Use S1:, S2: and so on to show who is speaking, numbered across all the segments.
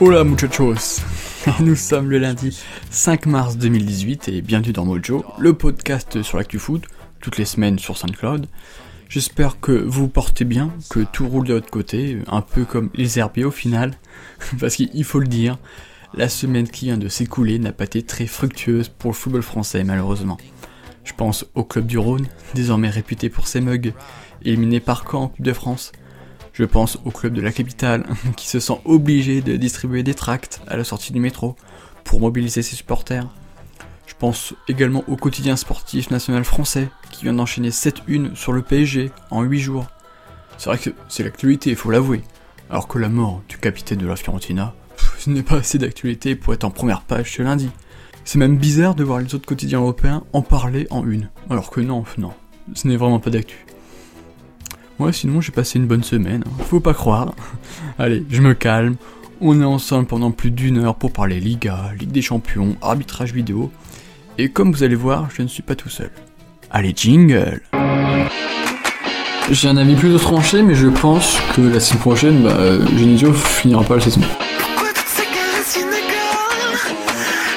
S1: Hola Oh muchachos Nous sommes le lundi 5 mars 2018 et bienvenue dans Mojo, le podcast sur l'actu foot, toutes les semaines sur SoundCloud. J'espère que vous vous portez bien, que tout roule de votre côté, un peu comme les herbiers au final, parce qu'il faut le dire, la semaine qui vient de s'écouler n'a pas été très fructueuse pour le football français malheureusement. Je pense au club du Rhône, désormais réputé pour ses mugs, éliminé par Caen en Coupe de France. Je pense au club de la capitale, qui se sent obligé de distribuer des tracts à la sortie du métro pour mobiliser ses supporters. Je pense également au quotidien sportif national français, qui vient d'enchaîner 7-1 sur le PSG en 8 jours. C'est vrai que c'est l'actualité, il faut l'avouer. Alors que la mort du capitaine de la Fiorentina, ce n'est pas assez d'actualité pour être en première page ce lundi. C'est même bizarre de voir les autres quotidiens européens en parler en une. Alors que non, non, ce n'est vraiment pas d'actu. Ouais, sinon j'ai passé une bonne semaine, hein. faut pas croire. Allez, je me calme. On est ensemble pendant plus d'une heure pour parler Liga, Ligue des Champions, arbitrage vidéo. Et comme vous allez voir, je ne suis pas tout seul. Allez, jingle
S2: J'ai un avis plutôt tranché, mais je pense que la saison prochaine, bah, euh, Genesio finira pas la saison.
S3: Pourquoi toutes ces caresses inégales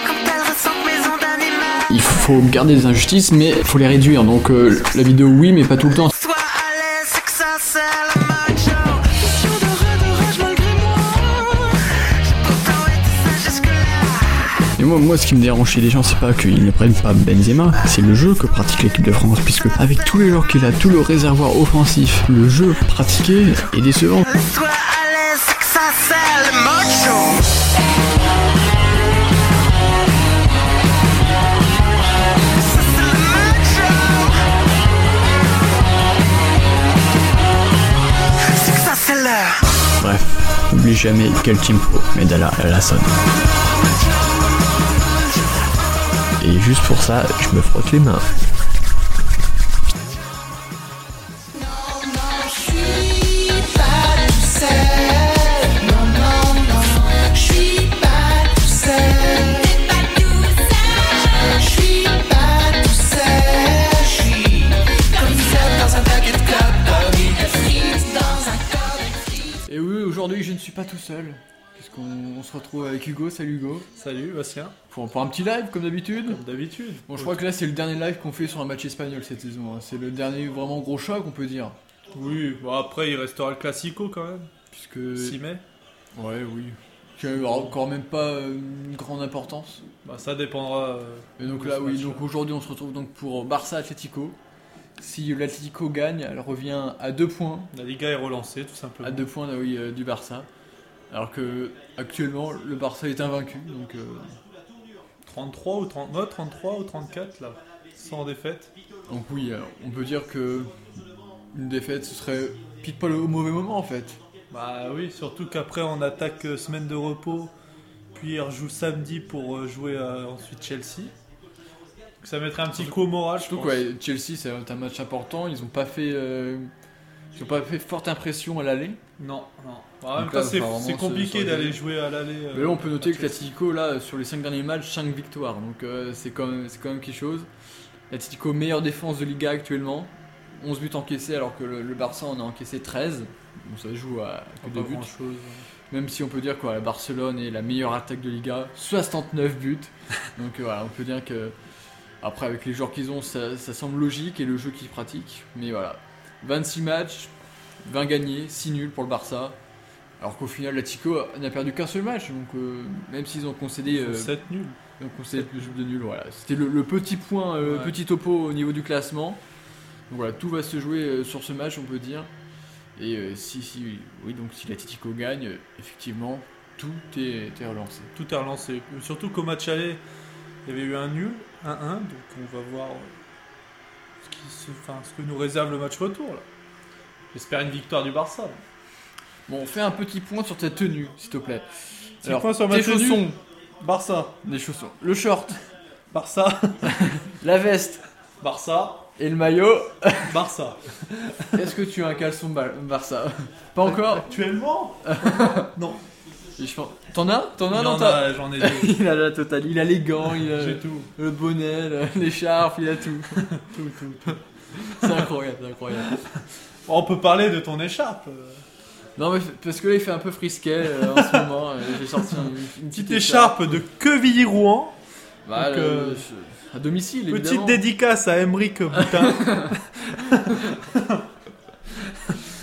S3: Quand elles ressemblent maison d'animal
S2: Il faut garder les injustices, mais faut les réduire. Donc euh, la vidéo, oui, mais pas tout le temps.
S3: Sois à l'aise, c'est que ça c'est la macho Question de rêve de rage malgré moi J'ai pourtant été sage jusque-là
S2: Et moi, moi, ce qui me dérange chez les gens, c'est pas qu'ils ne prennent pas Benzema, c'est le jeu que pratique l'équipe de France, puisque avec tous les joueurs qu'il a, tout le réservoir offensif, le jeu pratiqué est décevant.
S3: Sois à l'aise, c'est que ça c'est la macho Ça c'est la macho C'est que ça c'est l'heure
S2: Bref, n'oublie jamais quel team pro, Medala Alassane. Et juste pour ça, je me frotte les mains.
S1: Et oui, aujourd'hui je ne suis pas tout seul, puisqu'on on se retrouve avec Hugo. Salut Hugo
S4: Salut Bastien,
S1: pour, pour un petit live comme d'habitude.
S4: comme d'habitude.
S1: Bon, je crois que là c'est le dernier live qu'on fait sur un match espagnol cette saison. hein. C'est le dernier vraiment gros choc, on peut dire.
S4: Oui, bon, après il restera le classico quand même,
S1: Puisque.
S4: 6 mai.
S1: Ouais, oui. Qui a encore même pas euh, une grande importance.
S4: Bah, ça dépendra. euh,
S1: Et donc
S4: de
S1: là,
S4: ce
S1: oui,
S4: match-là.
S1: donc aujourd'hui on se retrouve donc pour Barça Atlético. Si l'Atlético gagne, elle revient à deux points,
S4: La Liga est relancée tout simplement.
S1: à deux points là, oui, euh, du Barça. Alors que actuellement le Barça est invaincu, donc euh,
S4: 33 ou 30... non, 33 ou 34 là, sans défaite.
S1: donc oui, euh, on peut dire que une défaite ce serait pile poil au mauvais moment en fait.
S4: Bah oui, surtout qu'après on attaque euh, semaine de repos, puis il rejoue samedi pour euh, jouer euh, ensuite Chelsea. Donc, ça mettrait un petit coup au moral. Je
S1: Surtout
S4: pense.
S1: que ouais, Chelsea c'est un match important, ils ont pas fait, euh, ils ont pas fait forte impression à l'aller.
S4: Non, non. Bah, en
S1: Donc
S4: même
S1: là,
S4: temps, c'est
S1: enfin, vraiment,
S4: c'est
S1: se-
S4: compliqué
S1: se
S4: d'aller
S1: régaler.
S4: jouer à l'aller. euh,
S1: Mais là, on peut noter
S4: à
S1: que
S4: Chelsea.
S1: l'Atletico, là, sur les 5 derniers matchs, 5 victoires. Donc, euh, c'est quand, même- c'est quand même quelque chose. L'Atletico, meilleure défense de Liga actuellement. 11 buts encaissés, alors que le, le Barça en a encaissé 13. Bon, ça se joue à que
S4: Ah, Pas
S1: deux buts.
S4: grand-chose.
S1: Même si on peut dire que la Barcelone est la meilleure attaque de Liga, 69 buts. Donc, euh, voilà, on peut dire que. Après, avec les joueurs qu'ils ont, ça, ça semble logique et le jeu qu'ils pratiquent. Mais voilà. 26 matchs, 20 gagnés, 6 nuls pour le Barça. Alors qu'au final, l'Atletico n'a perdu qu'un seul match. Donc, euh, même s'ils ont concédé. euh,
S4: 7 nuls.
S1: donc on sait le jeu de nul, voilà. C'était le, le petit point, euh, le
S4: Ouais.
S1: petit topo au niveau du classement. Donc voilà, tout va se jouer euh, sur ce match, on peut dire. Et euh, si, si, oui, donc si l'Atletico gagne, euh, effectivement, tout est, est relancé.
S4: Tout est relancé. Surtout qu'au match aller, il y avait eu un nul, 1-1. Donc on va voir euh, ce, qui se- enfin, ce que nous réserve le match retour. là. J'espère une victoire du Barça. là.
S1: Bon, on fait un petit point sur ta tenue, s'il te plaît.
S4: Petit point sur ma
S1: tes
S4: tenue.
S1: chaussons,
S4: Barça,
S1: les chaussons, le short,
S4: Barça,
S1: la veste
S4: Barça,
S1: et le maillot.
S4: Barça.
S1: Est-ce que tu as un caleçon Bar- Barça Pas encore
S4: Actuellement Non.
S1: Et je pense- T'en as T'en as
S4: Il y
S1: dans
S4: en
S1: ta...
S4: a, J'en ai deux.
S1: Il a la totale, il a les gants, il a...
S4: J'ai tout.
S1: Le bonnet, le- l'écharpe, il a tout. tout, tout, tout. C'est incroyable, c'est incroyable.
S4: On peut parler de ton écharpe. euh,
S1: Non, mais f- parce que là, il fait un peu frisquet euh, en ce moment. euh, J'ai sorti une, une
S4: Petite écharpe de Quevilly-Rouen.
S1: Bah,
S4: donc,
S1: le-
S4: euh,
S1: je- à domicile,
S4: Petite
S1: évidemment.
S4: dédicace à Emric Boutin,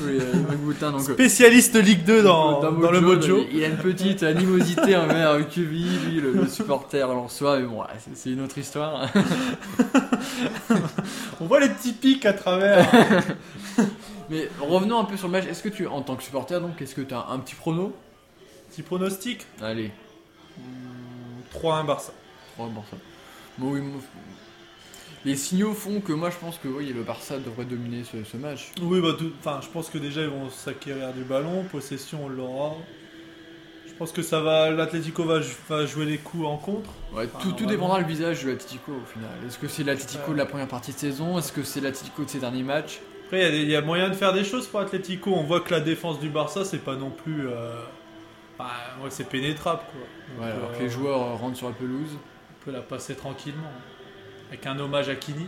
S1: Oui, euh, Mike Boutin, donc, euh,
S4: spécialiste Ligue 2 dans,
S1: d'un
S4: dans le Mojo.
S1: Il a une petite animosité envers Quevilly, lui, le, le supporter lensois, mais bon, là, c'est- c'est une autre histoire.
S4: On voit les petits pics à travers.
S1: Mais revenons un peu sur le match. Est-ce que tu, en tant que supporter, donc, est-ce que tu as un petit prono
S4: Petit pronostic
S1: Allez,
S4: Hmm, 3-1 Barça.
S1: trois bon, ça. Bon, oui, bon, les signaux font que moi, je pense que oui, le Barça devrait dominer ce, ce match.
S4: Oui, bah, tout- enfin, je pense que déjà ils vont s'acquérir du ballon, possession, on l'aura. Je pense que ça va, l'Atlético va, jou- va jouer les coups en contre.
S1: Ouais,
S4: Enfin,
S1: tout, tout
S4: normalement.
S1: dépendra du visage de l'Atletico au final. Est-ce que c'est l'Atletico de la première partie de saison Est-ce que c'est l'Atletico de ces derniers matchs
S4: Après, il y a des- il y, a moyen de faire des choses pour Atlético. On voit que la défense du Barça, c'est pas non plus. euh, bah, ouais, c'est pénétrable quoi. Donc,
S1: Voilà, Alors
S4: euh,
S1: que les joueurs euh, rentrent sur la pelouse.
S4: On peut la passer tranquillement. hein. Avec un hommage à Kini.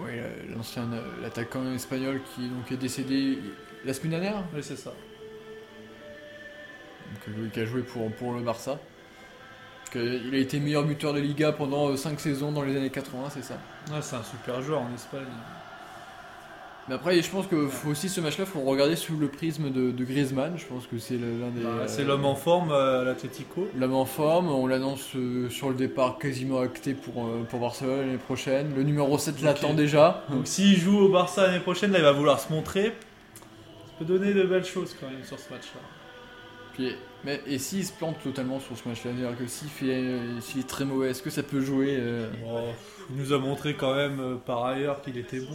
S1: Oui, euh, l'ancien euh, l'attaquant espagnol qui donc, est décédé la semaine dernière,
S4: Oui, c'est ça.
S1: donc, euh, qui a joué pour, pour le Barça. Donc, euh, il a été meilleur buteur de Liga pendant 5 saisons dans les années 80, c'est ça.
S4: Ouais, c'est un super joueur en Espagne.
S1: Mais après, je pense que faut aussi ce match-là, faut le regarder sous le prisme de, de Griezmann. Je pense que c'est le- l'un des.
S4: Bah, c'est
S1: euh,
S4: l'homme en forme euh, à l'Atlético.
S1: L'homme en forme, on l'annonce euh, sur le départ quasiment acté pour, euh, pour Barcelone l'année prochaine. Le numéro 7 l'attend déjà.
S4: Donc s'il joue au Barça l'année prochaine, là il va vouloir se montrer. Ça peut donner de belles choses quand même sur ce match-là.
S1: Puis- mais, et s'il se plante totalement sur ce match-là, c'est-à-dire que s'il fait, euh, s'il est très mauvais, est-ce que ça peut jouer euh,
S4: Bon, pff, il nous a montré quand même euh, par ailleurs qu'il était bon.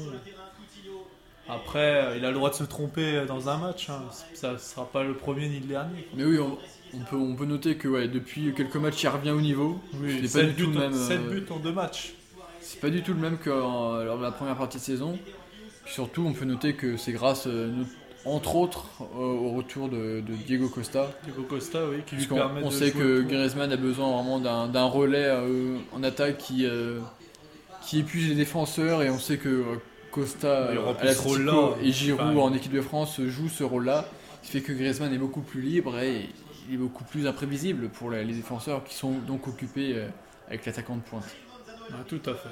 S4: Après, euh, il a le droit de se tromper euh, dans un match. hein. Ça ne sera pas le premier ni le dernier.
S1: Mais oui, on, on peut, on peut noter que ouais, depuis quelques matchs, il revient au niveau.
S4: Oui,
S1: c'est pas
S4: 7,
S1: du tout
S4: buts,
S1: le même.
S4: en,
S1: euh,
S4: 7 buts en deux matchs.
S1: C'est pas du tout le même que euh, lors de la première partie de saison. Puis surtout, on peut noter que c'est grâce, euh, not- entre autres, euh, au retour de- de Diego Costa.
S4: Diego Costa, oui, qui
S1: Parce
S4: lui
S1: qu'on-
S4: permet
S1: on
S4: de
S1: sait
S4: jouer
S1: que
S4: autour.
S1: Griezmann a besoin vraiment d'un d'un relais euh, en attaque qui, euh, qui épuise les défenseurs et on sait que euh, Costa
S4: Bah, Il
S1: euh,
S4: remplit
S1: à la
S4: ce
S1: Titico
S4: rôle-là, hein,
S1: et Giroud
S4: enfin,
S1: en équipe de France euh, jouent ce rôle-là, ce qui fait que Griezmann est beaucoup plus libre et il est beaucoup plus imprévisible pour la- les défenseurs qui sont donc occupés euh, avec l'attaquant de pointe.
S4: Ouais, Ah, tout à fait,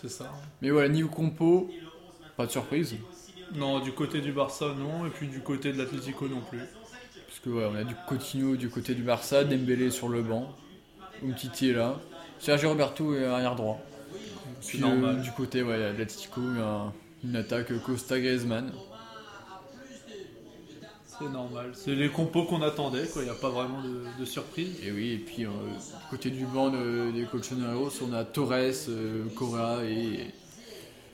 S4: c'est ça.
S1: Mais voilà, niveau compo, pas de surprise,
S4: Non, du côté du Barça, non. Et puis du côté de l'Atlético, non plus.
S1: parce que ouais, on a du Coutinho du côté du Barça, Dembélé sur le banc, Umtiti est là, Sergio Roberto est arrière droit.
S4: C'est
S1: Puis
S4: normal.
S1: euh, du côté ouais, Atletico, un- une attaque Costa Griezmann.
S4: C'est normal. C'est les compos qu'on attendait, quoi. Il n'y a pas vraiment de, de surprise.
S1: Et oui, et puis euh, du côté du banc de- des Colchoneros, on a Torres, euh, Correa et,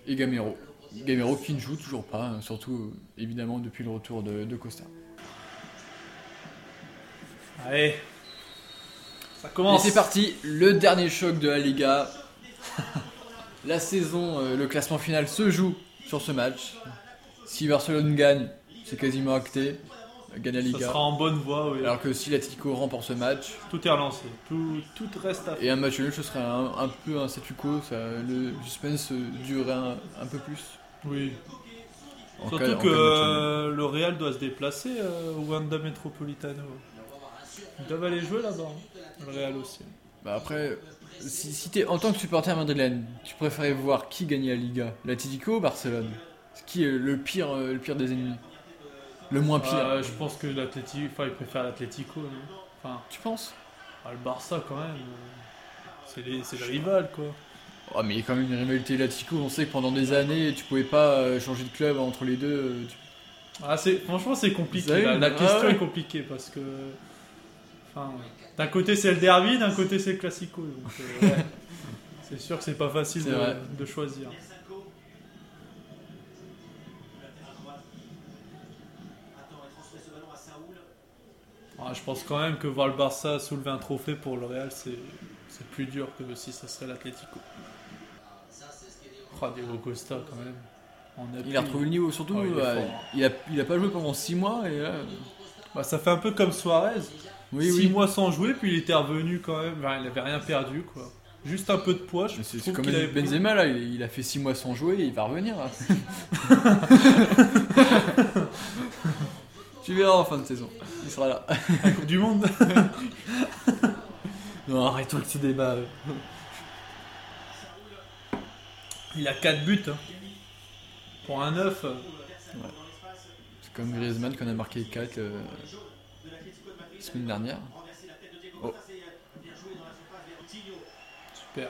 S1: et Gamero. Gamero qui ne joue toujours pas, hein, surtout euh, évidemment depuis le retour de, de Costa.
S4: Allez, ça
S1: Et
S4: commence.
S1: c'est parti, le dernier choc de la Liga. la saison, euh, le classement final se joue sur ce match. Si Barcelone gagne, c'est quasiment acté. Gagne la
S4: Ça
S1: Liga.
S4: sera en bonne voie, oui.
S1: Alors que si l'Atletico remporte ce match,
S4: Tout est relancé. Tout, tout reste à faire.
S1: Et un match nul, ce serait un, un peu un statu quo, ça- le suspense euh, durerait un, un peu plus.
S4: Oui.
S1: En
S4: Surtout
S1: cas- en cas
S4: que
S1: de match nul.
S4: euh, le Real doit se déplacer euh, au Wanda Metropolitano. Ils doivent aller jouer là-bas. hein. Le Real aussi.
S1: Bah après, si, si t'es en tant que supporter madrilène, tu préférais voir qui gagner la Liga L'Atlético ou Barcelone Ce Qui est le pire, euh, le pire des ennemis Le moins pire
S4: Euh, je pense que l'Atlético, enfin, ils préfèrent l'Atlético. non Enfin,
S1: Tu penses
S4: ah, le Barça quand même. C'est les- c'est le rival, quoi.
S1: Oh mais il y a quand même une rivalité l'Atlético, on sait que pendant des années tu pouvais pas euh, changer de club entre les deux. euh, tu-
S4: Ah, c'est- franchement, c'est compliqué.
S1: Ça y est,
S4: La, la
S1: ah
S4: question
S1: ouais.
S4: est compliquée parce que. Enfin, d'un côté c'est le derby, d'un côté c'est le classico. donc, euh, ouais. c'est sûr que c'est pas facile
S1: C'est vrai.
S4: de, de choisir. Ah, je pense quand même que voir le Barça soulever un trophée pour le Real, c'est c'est plus dur que si ça serait l'Atlético. Oh, Diego Costa quand même. En
S1: Il a
S4: appui.
S1: retrouvé le niveau, surtout
S4: Oh, il est
S1: euh,
S4: fort.
S1: il, a, il a pas joué pendant 6 mois et là...
S4: Bah, ça fait un peu comme Suarez.
S1: Oui,
S4: 6
S1: oui.
S4: mois sans jouer, puis il était revenu quand même. Enfin, il n'avait rien perdu, quoi. Juste un peu de poids. Je
S1: Mais C'est
S4: trouve
S1: c'est comme
S4: qu'il avait pris-
S1: Benzema là, il, il a fait 6 mois sans jouer et il va revenir. là. Tu verras en fin de saison. Il sera là.
S4: La Coupe du Monde.
S1: Non, arrête-toi avec ce débat.
S4: Il a 4 buts. hein. Pour un euh, 9,
S1: C'est comme Griezmann qu'on a marqué 4 la semaine dernière.
S4: super.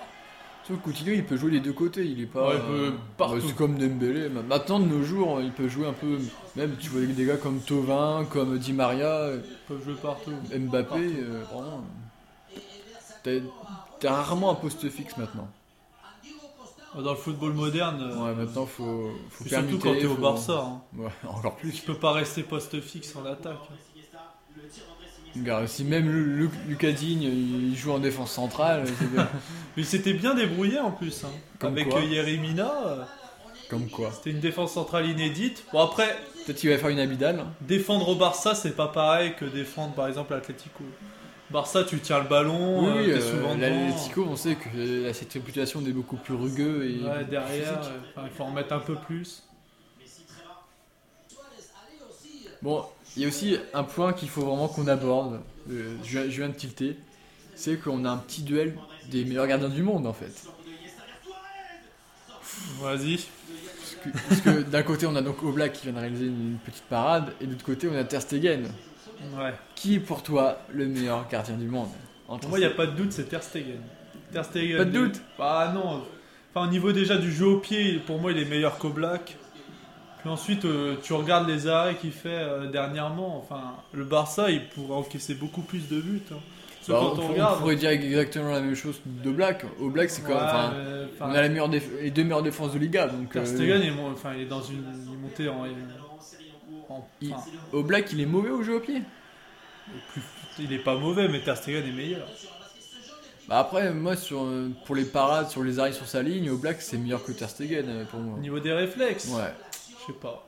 S1: Sauf que Coutinho, il peut jouer les deux côtés, il est pas.
S4: Ouais, il peut partout.
S1: bah, c'est comme Dembélé. Ma- Maintenant, de nos jours, hein, il peut jouer un peu. Même tu vois des gars comme Tovin, comme Di Maria, euh,
S4: Ils peuvent jouer partout.
S1: Mbappé. euh, vraiment. T'as t'as rarement un poste fixe maintenant.
S4: Euh, Dans le football moderne, euh,
S1: Ouais, maintenant faut. faut
S4: puis surtout
S1: permuter,
S4: quand t'es au
S1: faut-
S4: Barça, hein.
S1: Ouais, encore plus.
S4: tu peux pas rester poste fixe en attaque. hein.
S1: Gare, Si même Lu- Lu- Lucas Digne il joue en défense centrale, c'est bien.
S4: Mais c'était bien débrouillé en plus. hein.
S1: Comme
S4: Avec
S1: quoi.
S4: euh, Yeremina, euh,
S1: comme quoi.
S4: c'était une défense centrale inédite. Bon, après,
S1: Peut-être qu'il va faire une Abidal. hein.
S4: défendre au Barça, c'est pas pareil que défendre par exemple l'Atlético. Barça, tu tiens le ballon,
S1: Oui,
S4: euh,
S1: euh,
S4: t'es souvent devant.
S1: l'Atlético, on sait que la cette réputation est beaucoup plus rugueux et beaucoup
S4: Ouais,
S1: plus
S4: derrière,
S1: physique.
S4: euh, enfin, il faut en mettre un peu plus.
S1: Bon, il y a aussi un point qu'il faut vraiment qu'on aborde. euh, je, je viens de tilter. C'est qu'on a un petit duel des meilleurs gardiens du monde en fait.
S4: Vas-y.
S1: Parce que, parce que d'un côté, on a donc Oblak qui vient de réaliser une, une petite parade, et de l'autre côté, on a Ter Stegen.
S4: Ouais.
S1: Qui est pour toi le meilleur gardien du monde Entre
S4: Pour moi, il n'y a pas de doute, c'est Ter Stegen. Ter Stegen.
S1: Pas de doute
S4: Bah non. Enfin, au niveau déjà du jeu au pied, pour moi, il est meilleur qu'Oblak. Puis ensuite, euh, tu regardes les arrêts qu'il fait euh, dernièrement. Enfin, le Barça, il pourrait encaisser beaucoup plus de buts. hein. Parce que
S1: Bah,
S4: quand
S1: on,
S4: on,
S1: on
S4: regarde.
S1: pourrait dire exactement la même chose de Black. Au Black, c'est quand
S4: Ouais,
S1: même. enfin,
S4: mais, enfin,
S1: on a la meilleure déf- les deux meilleures défenses de Liga. Donc,
S4: Ter
S1: euh,
S4: Stegen, il, est mon- enfin, il est dans une il est monté en. en-
S1: il-
S4: enfin,
S1: au Black, il est mauvais au jeu au pied.
S4: le plus- il est pas mauvais, mais Ter Stegen est meilleur.
S1: Bah, après, moi, sur, euh, pour les parades, sur les arrêts sur sa ligne, au Black, c'est meilleur que Ter Stegen euh, pour moi.
S4: Au niveau des réflexes,
S1: Ouais.
S4: je sais pas.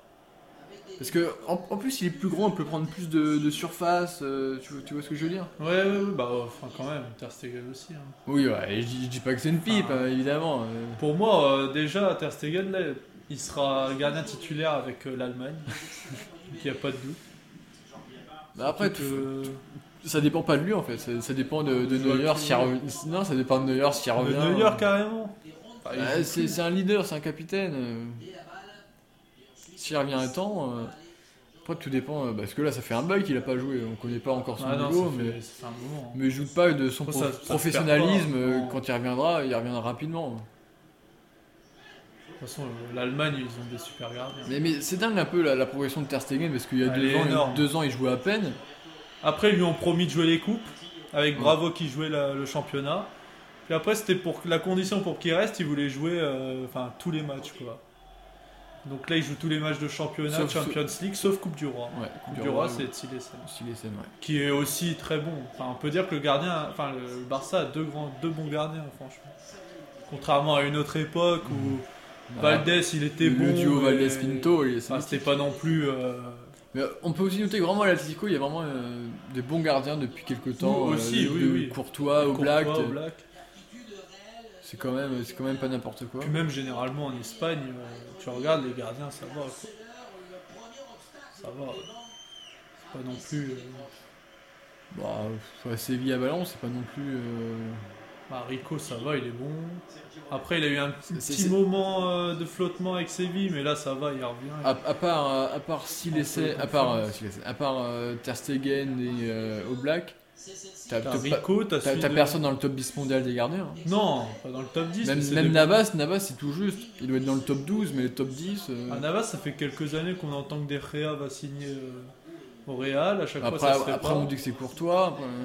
S1: Parce que en, en plus, il est plus grand, on peut prendre plus de, de surface. euh, tu, vois- tu vois ce que je veux dire
S4: Ouais, ouais, ouais, bah, enfin, quand même, Ter Stegen aussi. hein.
S1: Oui, ouais, et je, dis- je dis pas que c'est une pipe,
S4: Enfin,
S1: hein, évidemment. euh.
S4: Pour moi, euh, déjà, Ter Stegen, là, il sera gardien titulaire avec euh, l'Allemagne. Donc il n'y a pas de doute.
S1: Bah, après,
S4: Surtout
S1: tout-
S4: que
S1: ça dépend pas de lui en fait. Ça, ça dépend de, de
S4: Joachim.
S1: Neuer s'il revient. Non, ça dépend de Neuer s'il revient.
S4: de New York, carrément. Enfin, il-
S1: Ouais, c'est c'est un leader, c'est un capitaine. euh. S'il revient à temps, euh, après tout dépend. euh, parce que là, ça fait un bail qu'il a pas joué. On connaît pas encore son
S4: Ah non,
S1: niveau,
S4: ça
S1: mais,
S4: fait, ça fait un moment. hein.
S1: mais je doute pas de son
S4: Ça,
S1: pro-
S4: ça se perd
S1: professionnalisme.
S4: pas, hein.
S1: euh,
S4: non.
S1: quand il reviendra, il reviendra rapidement.
S4: De toute façon, euh, l'Allemagne, ils ont des super gardiens.
S1: Mais, mais c'est dingue un peu la, la progression de Ter Stegen parce qu'il y a
S4: Elle
S1: deux
S4: est
S1: ans,
S4: énorme.
S1: deux ans, il jouait à peine.
S4: Après, ils lui ont promis de jouer les coupes, avec Bravo qui jouait la- le championnat. Puis après, c'était pour la condition pour qu'il reste, il voulait jouer euh, enfin, tous les matchs. quoi. Donc là, il joue tous les matchs de championnat,
S1: Sauf-
S4: Champions League, sauf Coupe du Roi.
S1: Ouais,
S4: Coupe du Roi, c'est Tzile Senne.
S1: S'il est saine, ouais.
S4: qui est aussi très bon. Enfin, on peut dire que le gardien, enfin le Barça a deux grands, deux bons gardiens, franchement. Contrairement à une autre époque où Valdés, il était
S1: Mmh. le,
S4: bon.
S1: le duo
S4: mais-
S1: Valdez Pinto, il est
S4: Enfin,
S1: saine.
S4: c'était pas non plus. euh,
S1: Mais on peut aussi noter que vraiment à l'Atlético, il y a vraiment euh, des bons gardiens depuis quelques temps. euh,
S4: Oui, aussi, oui,
S1: de
S4: oui.
S1: Courtois, Oblak,
S4: Courtois,
S1: t'es-
S4: Oblak.
S1: c'est quand même, c'est quand même pas n'importe quoi.
S4: Puis même généralement en Espagne, euh, tu regardes les gardiens, ça va. quoi. Ça va. C'est pas non plus. euh,
S1: Bah, pff, ouais, Séville à Ballon, c'est pas non plus. euh,
S4: bah, Rico, ça va, il est bon. Après, il a eu un petit,
S1: C'est-
S4: petit
S1: c'est-
S4: moment euh, de flottement avec Séville, mais là, ça va, il revient.
S1: À, à part, euh, à part s'il essaie, à part, euh,
S4: Confiance.
S1: s'il essaie- à part euh, Ter Stegen et euh, Oblak, t'as
S4: T'as
S1: t'as pas-
S4: Rico, t'as
S1: t'as-
S4: celui
S1: t'as
S4: de-
S1: personne dans le top 10 mondial des gardiens. hein.
S4: Non, pas dans le top 10. mais
S1: Même,
S4: c'est
S1: même
S4: des-
S1: Navas, Navas c'est tout juste. Il doit être dans le top 12, mais le top 10. euh,
S4: À Ah, Navas, ça fait quelques années qu'on entend que Des Gea va signer euh, au Real. À chaque
S1: après,
S4: fois, ça se fait
S1: après,
S4: pas.
S1: on dit que c'est Courtois. après- euh,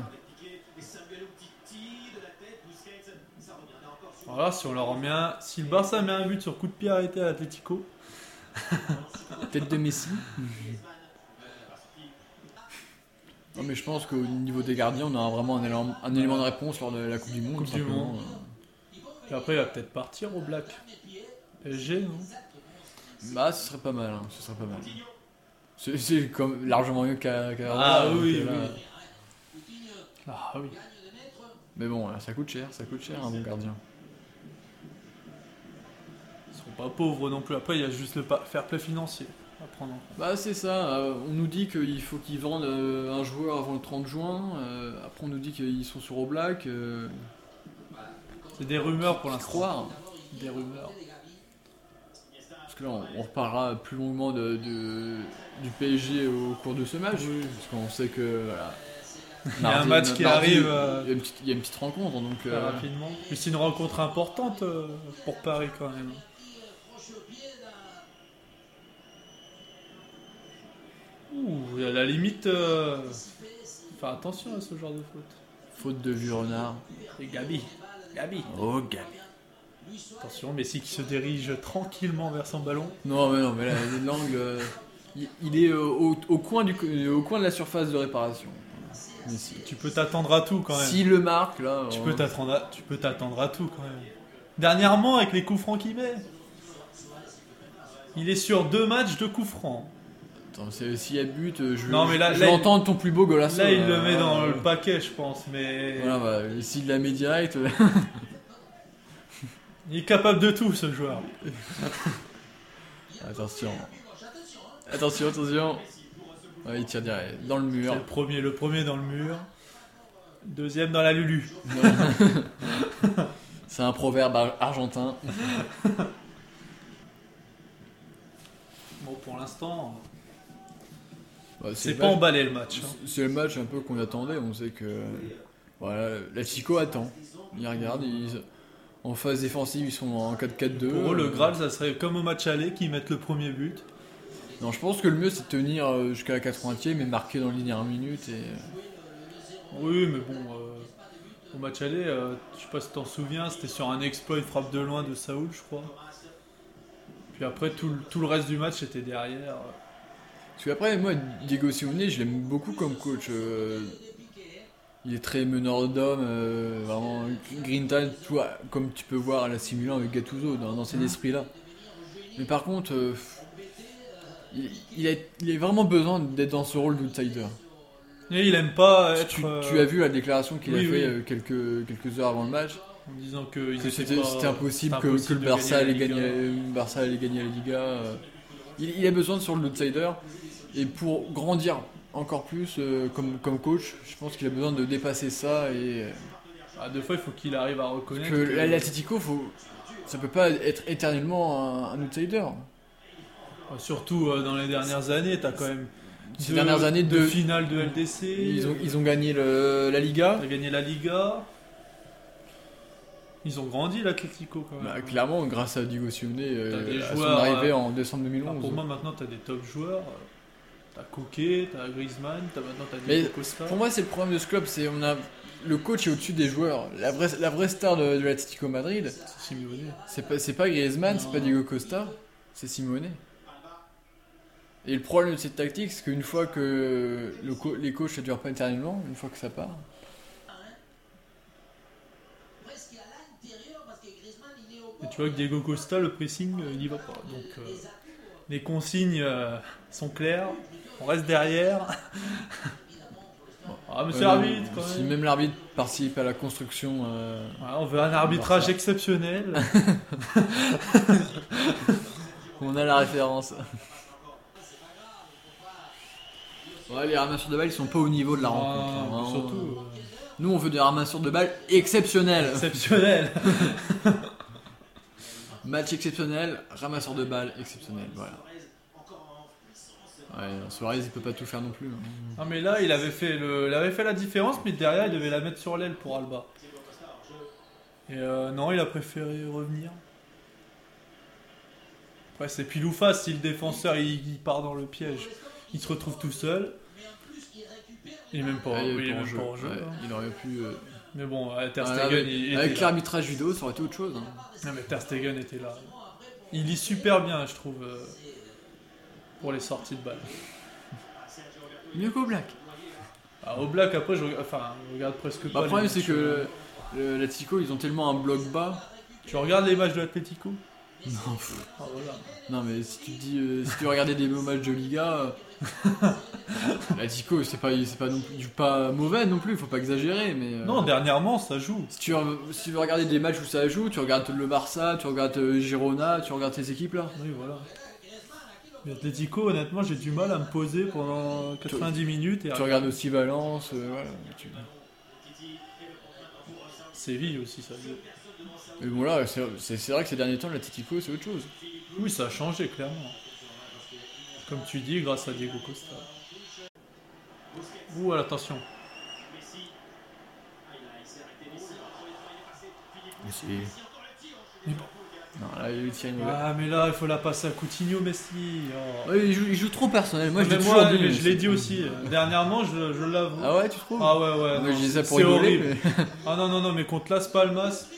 S4: Voilà, si on leur remet un... Si le Barça met un but sur coup de pied arrêté à l'Atletico,
S1: Tête de Messi. non, mais je pense qu'au niveau des gardiens, on aura vraiment un élément, un élément de réponse lors de la Coupe du Monde.
S4: Coupe
S1: tout
S4: du
S1: simplement.
S4: Monde. puis après, il va peut-être partir au Black. PSG, non
S1: Bah, ce serait pas mal. hein, ce serait pas mal. C'est- C'est comme largement mieux qu'à. qu'à
S4: Ah
S1: Arda,
S4: oui,
S1: donc, euh,
S4: oui. Ah oui.
S1: Mais bon, là, ça coûte cher, ça coûte cher un bon gardien.
S4: Ils sont pas pauvres non plus. Après, il y a juste le pa- fair play financier. Ah, à prendre en compte.
S1: Bah c'est ça, euh, on nous dit qu'il faut qu'ils vendent euh, un joueur avant le 30 juin, euh, après on nous dit qu'ils sont sur Oblak, euh,
S4: C'est des rumeurs pour
S1: faut y
S4: l'instant.
S1: croire, des rumeurs. Parce que là on, on reparlera plus longuement de, de- du PSG au cours de ce match, parce qu'on sait que voilà,
S4: Il y a un
S1: mardi-
S4: match qui
S1: mardi,
S4: arrive euh,
S1: Il y, a une petite, il y a une petite rencontre donc...
S4: très
S1: euh,
S4: rapidement. Mais c'est une rencontre importante euh, pour Paris quand même. Ouh, à la limite, euh, faut faire attention à ce genre de faute.
S1: Faute de vieux renard.
S4: Et Gabi, Gabi.
S1: Oh, gars.
S4: Attention, Messi qui se dirige tranquillement vers son ballon.
S1: Non, mais non, mais là, l'angle. euh, il, il est euh, au, au coin du, co- euh, au coin de la surface de réparation. Mais si,
S4: Tu peux t'attendre à tout quand même.
S1: S'il le marque, là. oh,
S4: Tu
S1: on-
S4: peux t'attendre à, tu peux t'attendre à tout quand même. Dernièrement, avec les coups francs qu'il met, il est sur deux matchs de coups francs.
S1: Attends, c'est- s'il y a but, euh, je veux,
S4: Non, mais là-
S1: je
S4: là,
S1: veux
S4: il-
S1: entendre ton plus beau golaço.
S4: Là, il
S1: là,
S4: le met
S1: là,
S4: dans
S1: là.
S4: le paquet, je pense, mais
S1: Voilà, bah, et s'il la met direct. euh,
S4: il est capable de tout ce joueur.
S1: attention. Attention, attention. Ouais, il tire direct. Dans le
S4: C'est
S1: mur.
S4: Le premier, le premier dans le mur, deuxième dans la lulu.
S1: C'est un proverbe ar- argentin.
S4: Bon, pour l'instant,
S1: Bah,
S4: c'est
S1: le
S4: pas
S1: match-
S4: emballé le match. hein.
S1: C'est le match un peu qu'on attendait. On sait que voilà, la Chico attend. Ils regardent. Ils, en phase défensive, ils sont en 4-4-2.
S4: Pour eux, le Graal, ça serait comme au match aller qu'ils mettent le premier but.
S1: Non, je pense que le mieux, c'est de tenir euh, jusqu'à la 80e mais marquer dans les dernières minutes. Et...
S4: Oui, mais bon, euh, au match aller, euh, je sais pas si t'en souviens, c'était sur un exploit de frappe de loin de Saoul, je crois. Puis après, tout le, tout le reste du match était derrière.
S1: Parce que après, moi, Diego Simeone, je l'aime beaucoup comme coach. euh, Il est très meneur d'hommes, euh, vraiment grinta, tu vois, comme tu peux voir à la simulant avec Gattuso, dans, dans cet
S4: Mm.
S1: esprit-là. Mais par contre, euh, il, il a- il est vraiment besoin d'être dans ce rôle d'outsider.
S4: Et il aime pas être.
S1: Tu,
S4: euh,
S1: tu as vu la déclaration qu'il
S4: oui,
S1: a fait
S4: oui.
S1: euh, quelques, quelques heures avant le match,
S4: En disant que ils
S1: que
S4: étaient
S1: c'était
S4: pas-
S1: c'était impossible
S4: c'était
S1: que, que
S4: impossible
S1: le
S4: de
S1: Barça allait
S4: la
S1: gagner,
S4: Ligue
S1: le Barça allait gagner la Liga. euh. Il, il a besoin de sur l'outsider et pour grandir encore plus euh, comme, comme coach, je pense qu'il a besoin de dépasser ça et euh,
S4: 1. Ah, deux fois, il faut qu'il arrive à reconnaître.
S1: que
S4: que-
S1: l'Atletico, faut, ça peut pas être éternellement un, un outsider.
S4: Surtout euh, dans les dernières années, t'as quand même.
S1: Ces dernières années,
S4: deux
S1: deux-
S4: finales de LDC.
S1: Ils ont, ils ont gagné le- la Liga.
S4: T'as gagné la Liga. Ils ont grandi, l'Atletico quand même.
S1: Bah, clairement, grâce à Diego Simeone,
S4: T'as des
S1: euh, à son
S4: joueurs,
S1: arrivée
S4: euh,
S1: en décembre
S4: Enfin,
S1: 2011.
S4: pour moi, maintenant, t'as des top joueurs. T'as Coquet, t'as Griezmann, t'as maintenant t'as
S1: Mais
S4: Diego Costa.
S1: Pour moi, c'est le problème de ce club, c'est on a le coach est au-dessus des joueurs. La vraie, la vraie star de, de l'Atlético Madrid,
S4: C'est Simeone.
S1: c'est pas, c'est pas Griezmann, c'est pas Diego Costa, c'est Simeone. Et le problème de cette tactique, c'est qu'une fois que le co- les coachs ne durent pas éternellement, une fois que ça part,
S4: Et tu vois que Diego Costa, le pressing, euh, il y va pas. Donc, euh, les consignes euh, sont claires. On reste derrière. ah, mais c'est
S1: euh,
S4: arbitre quand
S1: si
S4: même.
S1: même l'arbitre participe à la construction, euh,
S4: Ouais, on veut un arbitrage
S1: Barça.
S4: exceptionnel.
S1: on a la référence. Ouais, les ramasseurs de balles, ils sont pas au niveau de la rencontre.
S4: Ah,
S1: hein, vraiment.
S4: surtout, euh,
S1: Nous, on veut des ramasseurs de balles exceptionnels.
S4: exceptionnel.
S1: Match exceptionnel, ramasseur de balles exceptionnel, voilà. Ouais, non, Suarez il peut pas tout faire non plus. hein.
S4: Non Ah, mais là il avait fait le, il avait fait la différence mais derrière il devait la mettre sur l'aile pour Alba. Et euh, non il a préféré revenir. Après c'est pile ou face si le défenseur il, il part dans le piège, il se retrouve tout seul. Il est même pas,
S1: Ouais, Ah, il est
S4: oui, il est
S1: pas en
S4: même
S1: jeu.
S4: pas en jeu,
S1: Ouais,
S4: hein.
S1: il aurait pu. euh,
S4: Mais bon euh, Ter
S1: voilà,
S4: Stegen
S1: avec
S4: il était
S1: avec
S4: là.
S1: l'arbitrage vidéo, ça aurait été autre chose. hein.
S4: Non mais Ter Stegen était là. Il lit super bien je trouve euh, pour les sorties de balle.
S1: Mieux qu'au Black.
S4: Ah, au black après je, reg- enfin, je regarde presque
S1: Bah,
S4: pas.
S1: le
S4: les
S1: problème c'est
S4: matchs,
S1: que
S4: euh,
S1: le- l'Atlético ils ont tellement un bloc bas.
S4: Tu regardes les matchs de l'Atletico
S1: Non, pff,
S4: Ah, voilà.
S1: non, mais si tu te dis, euh, si tu regardais des beaux matchs de Liga, euh, l'Atlético c'est pas, c'est pas non plus pas mauvais non plus, faut pas exagérer, mais. euh,
S4: Non, dernièrement, ça joue.
S1: Si tu, si tu veux regarder des matchs où ça joue, tu regardes le Barça, tu regardes euh, Girona, tu regardes ces équipes là.
S4: Oui, voilà. Mais Atletico, honnêtement, j'ai du mal à me poser pendant 90 minutes. Et
S1: Tu regardes aussi Valence, euh, voilà. tu-
S4: Séville aussi, ça.
S1: Mais bon là, c'est c'est- c'est vrai que ces derniers temps, l'Atletico, c'est autre chose.
S4: Oui, ça a changé, clairement. Comme tu dis, grâce à Diego Costa. Ouh, à l'attention.
S1: Mais c'est... Non, là, il tient une mauvaise-
S4: Ah, mais là, il faut la passer à Coutinho, Messi. Oh.
S1: Ah. Ouais, il, joue, il joue trop personnel. Moi, je
S4: Mais
S1: l'ai toujours dit.
S4: mais
S1: mais
S4: je l'ai
S1: c'est-
S4: dit aussi. euh, Dernièrement, je, je l'avoue.
S1: Ah ouais, tu trouves
S4: Ah ouais, ouais.
S1: Moi,
S4: non,
S1: je disais pour
S4: c'est
S1: rigoler,
S4: horrible.
S1: mais-
S4: Ah non, non, non, mais contre Las Palmas,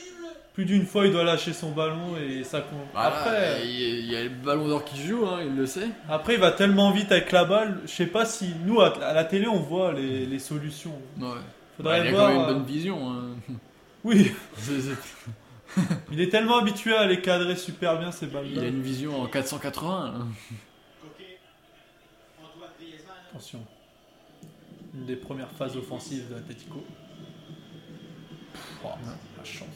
S4: plus d'une fois, il doit lâcher son ballon et ça compte.
S1: Voilà,
S4: Après,
S1: Bah, il, y a, il y a le ballon d'or qui joue, hein, il le sait.
S4: après, il va tellement vite avec la balle. Je sais pas si nous, à, à la télé, on voit les, les solutions.
S1: Ouais. Bah,
S4: Faudrait
S1: il a
S4: voir.
S1: quand même une
S4: euh,
S1: bonne vision. hein.
S4: Oui,
S1: C'est- c'est-
S4: il est tellement habitué à les cadrer super bien, ces balles
S1: Il a une vision en 480. hein.
S4: Attention. Une des premières phases offensives de l'Atletico. Oh, la chance.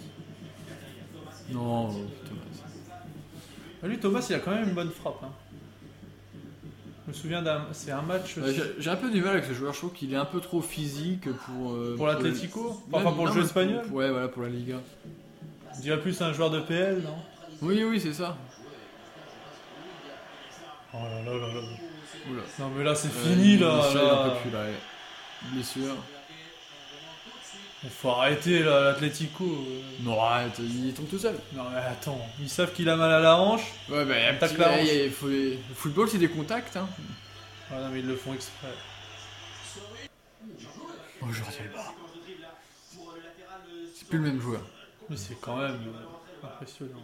S1: Non, euh, Thomas.
S4: Ah, Lui, Thomas, il a quand même une bonne frappe. hein. Je me souviens d'un. C'est un match.
S1: Ouais, j'ai- J'ai un peu du mal avec ce joueur, je trouve qu'il est un peu trop physique pour. euh,
S4: Pour l'Atlético
S1: le-
S4: Enfin, pour le
S1: Non,
S4: jeu
S1: mais
S4: espagnol
S1: Ouais, voilà, pour la Liga.
S4: On dirait plus un joueur de PL, non
S1: Oui, oui, c'est ça.
S4: Oh là là là là.
S1: Oula.
S4: Non, mais là, c'est fini,
S1: Euh,
S4: là.
S1: Michel,
S4: là.
S1: un peu plus, là, ouais. Blessure.
S4: Il faut arrêter, là, l'Atletico. euh.
S1: Non, arrête, il tombe tout seul.
S4: Non, mais attends. Ils savent qu'il a mal à la hanche.
S1: Ouais, bah, un
S4: Un tacle
S1: petit,
S4: large.
S1: ouais, il y a- faut- le football, c'est des contacts. Hein.
S4: Ah non, mais ils le font exprès.
S1: Oh, C'est plus le même joueur.
S4: Mais c'est quand même euh, impressionnant.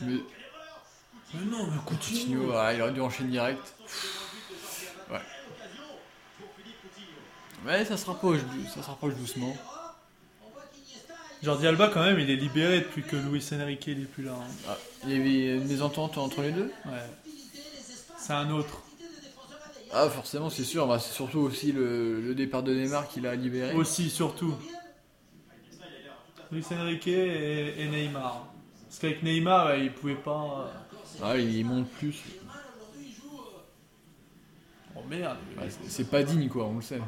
S1: Mais
S4: Mais non, mais
S1: Coutinho, ouais, il aurait dû enchaîner direct. Ouais. Ouais, ça se rapproche, dou- ça se rapproche doucement.
S4: Jordi Alba, quand même, il est libéré depuis que Luis Enrique n'est plus là. hein.
S1: Ah, il y avait une mésentente entre les deux
S4: Ouais. C'est un autre.
S1: Ah, forcément, c'est sûr. bah, c'est surtout aussi le, le départ de Neymar qui l'a libéré.
S4: Aussi, surtout. Luis Enrique et, et Neymar. Parce qu'avec Neymar, ouais, il pouvait pas. euh,
S1: Ah, il monte plus.
S4: Oh merde.
S1: Ouais, c'est- c'est pas digne, quoi, on le sait.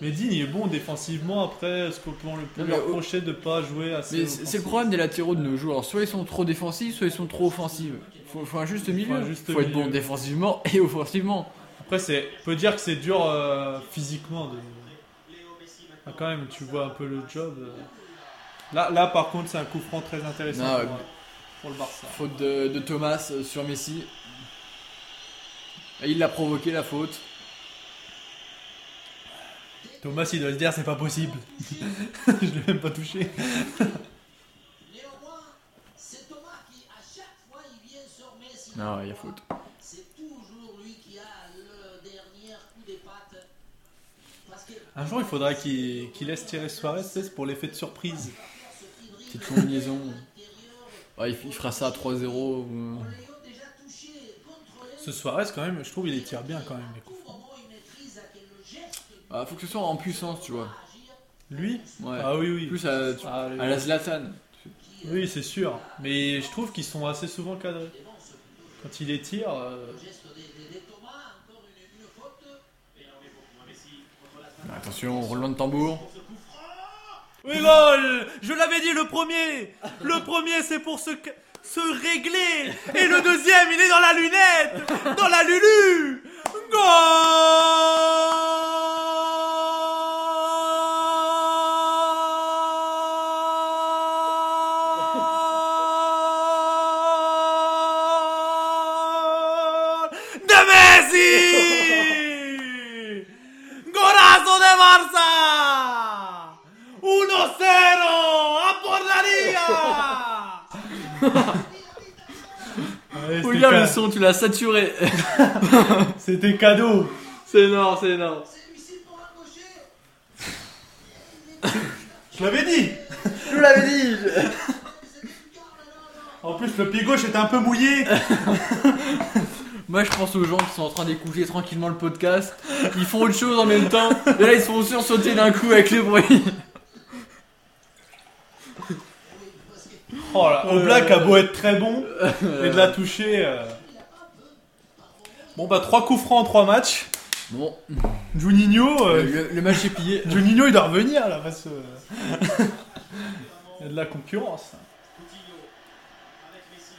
S4: Mais Digne est bon défensivement. Après, ce qu'on peut le- peut
S1: Non,
S4: lui
S1: mais-
S4: reprocher de pas jouer assez.
S1: Mais c'est c'est le
S4: offensif.
S1: problème des latéraux de nos joueurs. soit ils sont trop défensifs, soit ils sont trop offensifs. Faut, faut un juste milieu.
S4: Faut un
S1: Faut,
S4: juste
S1: être bon
S4: milieu.
S1: défensivement et offensivement.
S4: Après, c'est on peut dire que c'est dur euh, physiquement. De... Ah, quand même, tu vois un peu le job. euh. Là, là, par contre, c'est un coup franc très intéressant
S1: Non, ouais.
S4: pour, euh, pour le Barça.
S1: Faute de, de Thomas euh, sur Messi. Et il l'a provoqué la faute.
S4: Thomas, il doit se dire, c'est pas possible. Je l'ai même pas touché.
S5: Néanmoins, c'est Thomas qui, à chaque fois, il vient sur Messi.
S1: Non, ouais, il y a faute.
S5: C'est toujours lui qui a le dernier coup des pattes. Parce que
S4: Un jour, il faudra qu'il qu'il laisse tirer Suarez, tu sais, c'est pour l'effet de surprise.
S1: Petite combinaison. Ouais, il, il fera ça à euh. 3-0. ou-
S5: Léo déjà touché, contrôlé,
S4: Ce Suarez, quand même, je trouve, il les tire bien quand même. les coups.
S5: au moment où il maîtrise à quel le geste
S1: Ah, faut que ce soit en puissance, tu vois.
S4: Lui
S1: Ouais.
S4: Ah oui, oui.
S1: Plus à, tu-
S4: Ah,
S1: à la Zlatan.
S4: Oui, c'est sûr. Mais je trouve qu'ils sont assez souvent cadrés. Quand il les tire, euh,
S1: Attention, roulement de tambour.
S4: Oui, gol Je l'avais dit, le premier Le premier, c'est pour se, ca- se régler Et le deuxième, il est dans la lunette Dans la lulu Gol De Messi Golazo de Barça 1-0 ¡A por la liga!
S1: Regarde le son, tu l'as saturé.
S4: C'était cadeau
S1: c'est énorme, c'est énorme.
S4: Je l'avais dit
S1: Je l'avais dit.
S4: En plus, le pied gauche était un peu mouillé
S1: Moi, je pense aux gens qui sont en train d'écouter tranquillement le podcast. Ils font autre chose en même temps. Et là, ils se font
S6: Eh,
S1: sursauter d'un coup avec les bruits.
S4: Oh là,
S6: Euh,
S4: Oblak a beau être très bon, et de la toucher. euh. Bon, bah, trois coups francs en trois matchs.
S6: Bon,
S4: Juninho, euh,
S6: le, le match est plié.
S4: Juninho, il doit revenir là, parce que. euh, il y a de la concurrence.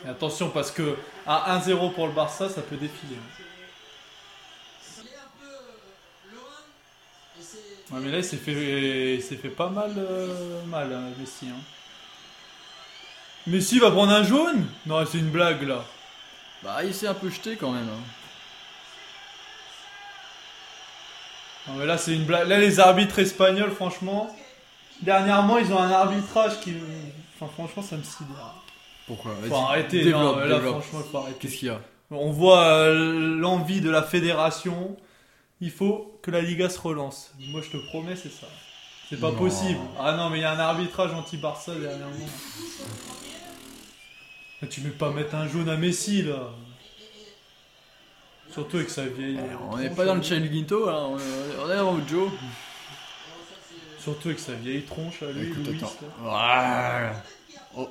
S4: Et attention, parce que à 1-0 pour le Barça, ça peut défiler. Ouais, mais là, il s'est fait, il s'est fait pas mal, euh, mal hein, Messi. Hein. Messi va prendre un jaune Non, c'est une blague là.
S6: Bah, il s'est un peu jeté quand même. hein.
S4: Non, mais là, c'est une blague. Là, les arbitres espagnols, franchement, dernièrement, ils ont un arbitrage qui. Enfin, franchement, ça me sidère.
S6: Pourquoi Vas-y,
S4: Faut arrêter,
S6: développe,
S4: non, là,
S6: développe.
S4: franchement, faut arrêter.
S6: Qu'est-ce qu'il y a
S4: On voit euh, l'envie de la fédération. Il faut que la Liga se relance. Moi, je te promets, c'est ça. C'est pas
S6: Non.
S4: possible. Ah non, mais il y a un arbitrage anti-Barça dernièrement. Mais tu veux pas mettre un jaune à Messi, là. Surtout avec sa vieille.
S6: Eh,
S4: euh,
S6: On n'est pas dans le Child Guinto, hein, on est- on est dans le Joe.
S4: Surtout avec sa vieille tronche à lui,
S6: Écoute,
S4: Luis,
S6: attends.
S4: là.
S6: Ouah.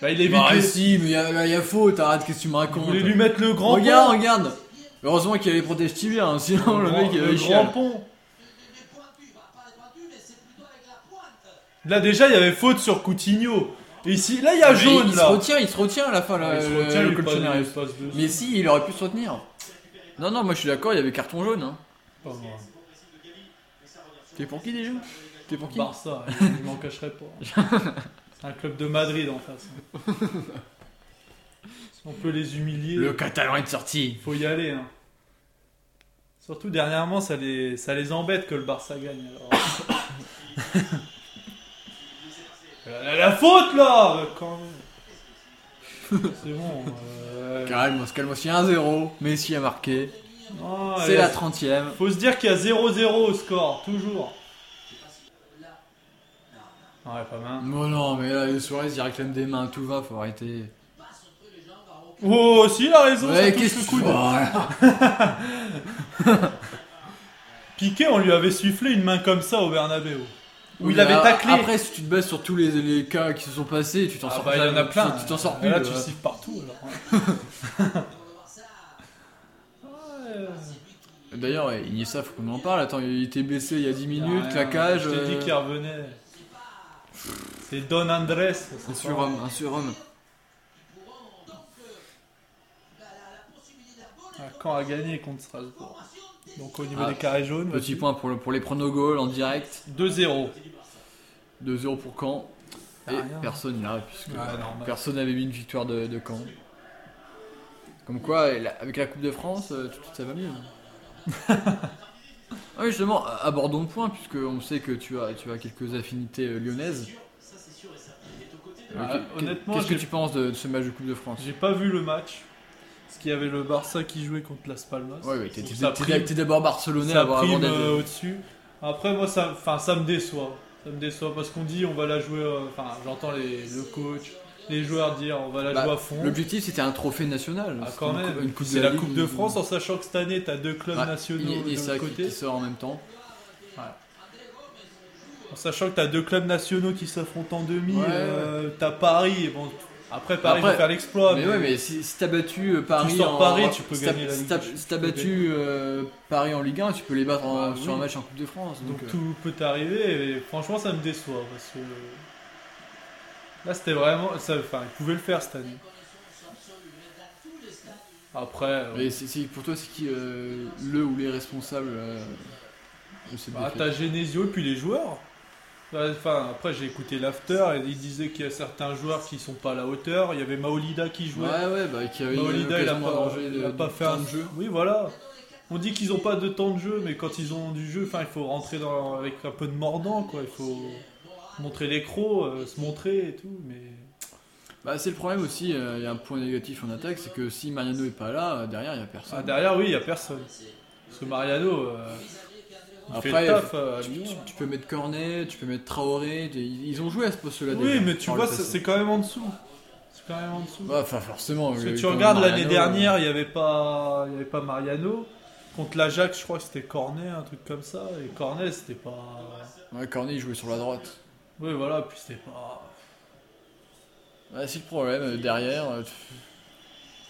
S4: Bah, il évite
S6: Bah,
S4: les-
S6: si, mais il y, a- là, y a faute, arrête, qu'est-ce que tu me
S4: Vous
S6: racontes
S4: voulez lui mettre le grand
S6: Regarde,
S4: pont
S6: regarde Heureusement qu'il y a les protèges tibiens, hein, sinon le, mec il
S4: Oh, le
S6: avait
S4: grand
S6: chial.
S4: pont.
S7: Les pointus, bah, pas les pointus, mais c'est plutôt avec la pointe.
S4: Là déjà il y avait faute sur Coutinho. Et ici là il y a
S6: Ah, Mais
S4: jaune
S6: il se
S4: là.
S6: retient, il se retient à la fin là,
S4: Ah, Il se
S6: le-
S4: retient,
S6: le
S4: il passe-
S6: colchonnaire.
S4: il passe dessus.
S6: Mais si, il aurait pu se retenir. Non, non, moi je suis d'accord, il y avait carton jaune. Hein.
S4: Pas moi.
S6: T'es pour qui déjà T'es pour qui
S4: Barça, je m'en cacherai pas. C'est un club de Madrid en face. On peut les humilier.
S6: Le catalan est sorti.
S4: Faut y aller. hein. Surtout dernièrement, ça les, ça les embête que le Barça gagne. alors. la, la- la faute là Quand même. C'est bon. euh,
S6: Calme, on se calme aussi, 1-0. Messi a marqué.
S4: ah,
S6: C'est
S4: et
S6: la
S4: là,
S6: 30 e
S4: Faut se dire qu'il y a 0-0 au score, toujours. Ah Ouais, pas mal.
S6: Non, Oh non, mais là, les Suarez il réclame des mains, tout va, faut arrêter.
S4: Oh, si, il a raison, ça
S6: Ouais,
S4: touche le
S6: qu'est-ce que
S4: coude. Piqué, on lui avait sifflé une main comme ça au Bernabeu. Où il
S6: Mais
S4: avait
S6: a-
S4: taclé.
S6: Après, si tu te bases sur tous les, les cas qui se sont passés, tu t'en
S4: Ah
S6: sors
S4: bah,
S6: pas,
S4: il y en a
S6: tu-
S4: plein.
S6: Tu t'en sors
S4: Ah,
S6: plus.
S4: Là,
S6: là.
S4: tu siffles partout. alors. Ouais.
S6: D'ailleurs, ouais, Iniesta, faut qu'on en parle. Attends, il était blessé il y a 10 minutes,
S4: Ouais,
S6: claquage.
S4: Je t'ai dit
S6: euh,
S4: qu'il revenait. C'est Don Andrés. c'est
S6: Un
S4: pas-
S6: surhomme, un surhomme.
S4: Ah, Caen a gagné contre Strasbourg. Donc au niveau des carrés jaunes,
S6: Ah. Petit point pour, le- pour les pronogols en direct.
S4: 2-0.
S6: 2-0 pour Caen. Et
S4: Ah, rien.
S6: personne là, puisque
S4: Ouais,
S6: euh,
S4: normal.
S6: personne n'avait mis une victoire de, de Caen. Comme quoi, la- avec la Coupe de France, euh, tout, tout ça va mieux. ah oui, justement, a- abordons le point, puisque on sait que tu as, tu as quelques affinités euh, lyonnaises. Euh,
S4: Ah,
S6: qu'est- qu'est-
S4: honnêtement,
S6: qu'est-ce que
S4: j'ai-
S6: tu penses de, de ce match de Coupe de France
S4: J'ai pas vu le match. Parce qu'il y avait le Barça qui jouait contre Las Palmas.
S6: Ouais, ouais, t'es
S4: Donc
S6: t'es-
S4: ça
S6: t'es-
S4: prime-
S6: t'es d'abord barcelonais
S4: ça
S6: avant, avant
S4: prime
S6: d'être-
S4: euh, au-dessus. Après, moi, ça, enfin, ça me déçoit. Ça me déçoit parce qu'on dit on va la jouer. euh, Enfin, j'entends les, le coach, les joueurs dire on va la
S6: Bah,
S4: jouer à fond.
S6: L'objectif c'était un trophée national.
S4: Ah,
S6: C'était
S4: quand
S6: une
S4: même.
S6: cou- une Coupe de
S4: C'est la
S6: Ligue.
S4: Coupe de France en sachant que cette année t'as deux clubs
S6: Ouais,
S4: nationaux
S6: il- il-
S4: de
S6: ça
S4: l'autre
S6: qui-
S4: côté.
S6: qui sort en même temps.
S4: En sachant que t'as deux clubs nationaux qui s'affrontent en demi,
S6: Ouais,
S4: euh, t'as Paris. et bon, après Paris
S6: Après-
S4: va faire l'exploit.
S6: mais ouais, mais si, si t'as battu euh, Paris,
S4: Ah, sors
S6: en,
S4: Paris, tu peux
S6: si t'as-
S4: gagner la
S6: si
S4: Ligue
S6: t'as-
S4: des Champions.
S6: si t'as battu euh, Paris en Ligue 1, tu peux les battre en-
S4: Bah,
S6: sur
S4: oui.
S6: un match en Coupe de France. Donc,
S4: Donc
S6: euh,
S4: tout peut arriver et franchement ça me déçoit parce que là c'était vraiment ça enfin ils pouvaient le faire cette année. Après euh,
S6: mais c'est- c'est- pour toi, c'est qui euh, le ou les responsables euh, de cette
S4: bah,
S6: défaite
S4: t'as Genesio et puis les joueurs. Enfin après j'ai écouté l'after et il disait qu'il y a certains joueurs qui sont pas à la hauteur, il y avait Maolida qui jouait.
S6: Ouais, ouais, bah, qui a eu
S4: Maolida il a
S6: l'occasion
S4: pas,
S6: d'arranger
S4: il a
S6: de-
S4: pas
S6: de
S4: fait
S6: temps
S4: un
S6: de jeu.
S4: Oui voilà. On dit qu'ils ont pas de temps de jeu mais quand ils ont du jeu, enfin il faut rentrer dans avec un peu de mordant quoi, il faut montrer l'écro, euh, se montrer et tout mais
S6: Bah, c'est le problème aussi. euh, Il y a un point négatif en attaque, c'est que si Mariano est pas là, euh, derrière il y a personne.
S4: Ah, derrière, oui, il n'y a personne. Parce que Mariano, euh, il fait
S6: Après,
S4: le taf. euh, à
S6: Tu,
S4: Lyon.
S6: tu- tu peux mettre Cornet, tu peux mettre Traoré, des- ils ont joué à ce poste-là déjà.
S4: Oui, mais tu
S6: par
S4: vois,
S6: le
S4: ça,
S6: passé.
S4: c'est quand même en dessous. C'est quand même en dessous.
S6: Bah, enfin, forcément.
S4: Parce
S6: euh,
S4: que tu
S6: comme
S4: regardes l'année
S6: Mariano, euh.
S4: dernière, il n'y avait, pas- il y avait pas Mariano. Contre l'Ajax, je crois que c'était Cornet, un truc comme ça. Et Cornet, c'était pas.
S6: euh, Ouais, Cornet, il jouait sur la droite.
S4: Oui, voilà, puis c'était pas.
S6: Ah,
S1: Bah, c'est le problème, euh, derrière. euh, tu-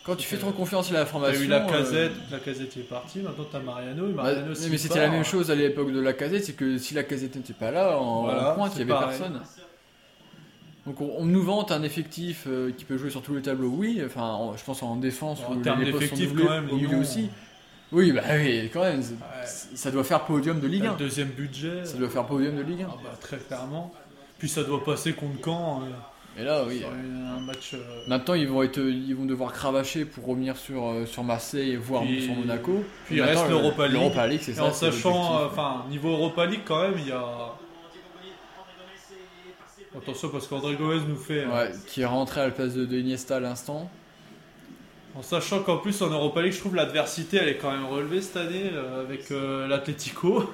S1: Quand tu fais trop confiance à la
S4: T'as
S1: formation.
S4: eu Bah, la
S1: euh,
S4: casette, la casette est partie, maintenant t'as Mariano, et
S1: bah,
S4: Mariano
S1: mais
S4: s'il
S1: mais c'était
S4: part, hein.
S1: la même chose à l'époque de la casette, c'est que si la casette n'était pas là, en,
S4: Voilà,
S1: en pointe, il
S4: c'est
S1: n'y avait
S4: pareil.
S1: personne. Donc on, on nous vante un effectif euh, qui peut jouer sur tous les tableaux, oui, enfin en- je pense en défense,
S4: En
S1: où
S4: termes
S1: les postes sont
S4: d'effectifs,
S1: doublés,
S4: quand même,
S1: au milieu
S4: Lyon-
S1: aussi. Oui, bah oui, quand même, c'est-
S4: Ouais.
S1: c'est- ça doit faire podium de
S4: T'as
S1: Ligue
S4: le
S1: 1.
S4: deuxième budget.
S1: Ça doit faire podium de Ligue 1.
S4: Ah bah, très clairement. Puis ça doit passer contre Caen. euh,
S1: Et là, oui.
S4: sur une- un match. euh,
S1: Maintenant, ils vont, être, ils vont devoir cravacher pour revenir sur, euh, sur Marseille, voire
S4: Puis-
S1: sur Monaco.
S4: puis
S1: Et
S4: il reste
S1: maintenant, le-
S4: l'Europa League.
S1: L'Europa League, c'est
S4: et
S1: ça.
S4: en
S1: c'est l'objectif.
S4: sachant, euh, enfin, niveau Europa League quand même, il y a. Attention parce qu'André Gomez nous fait. euh,
S1: Ouais, qui est rentré à la place de, de Iniesta à l'instant.
S4: En sachant qu'en plus en Europa League, je trouve l'adversité elle est quand même relevée cette année euh, avec euh, l'Atlético.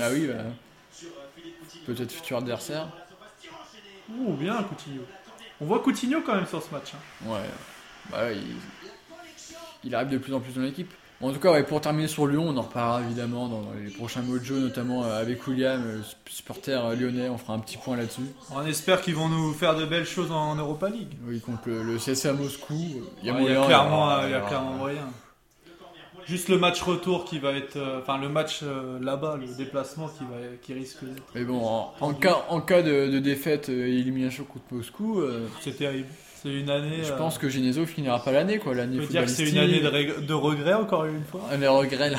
S1: Ah oui, bah, peut-être futur adversaire.
S4: Ouh, bien Coutinho. On voit Coutinho quand même sur ce match. hein.
S1: Ouais, bah, ouais, il, il arrive de plus en plus dans l'équipe. En tout cas, ouais, pour terminer sur Lyon, on en reparlera évidemment dans les prochains mojo, notamment euh, avec William, euh, sp- supporter euh, lyonnais. On fera un petit point là-dessus.
S4: On espère qu'ils vont nous faire de belles choses en Europa League.
S1: Oui, contre le, le CSA Moscou. euh, Il y a,
S4: Ouais,
S1: moyen,
S4: clairement,
S1: alors,
S4: euh, il y a
S1: alors,
S4: clairement moyen. Juste le match retour qui va être, euh, enfin le match euh, là-bas, le déplacement qui va, qui risque d'être.
S1: Mais bon, en, en cas, en cas de, de défaite euh, et élimination contre Moscou, euh,
S4: C'est terrible. C'est une année.
S1: je
S4: euh,
S1: pense que Genesio finira pas l'année, quoi. L'année
S4: on peut dire que c'est une année
S1: footballistique.
S4: de, rég- de regret encore une fois.
S1: Ah, Les regrets, là.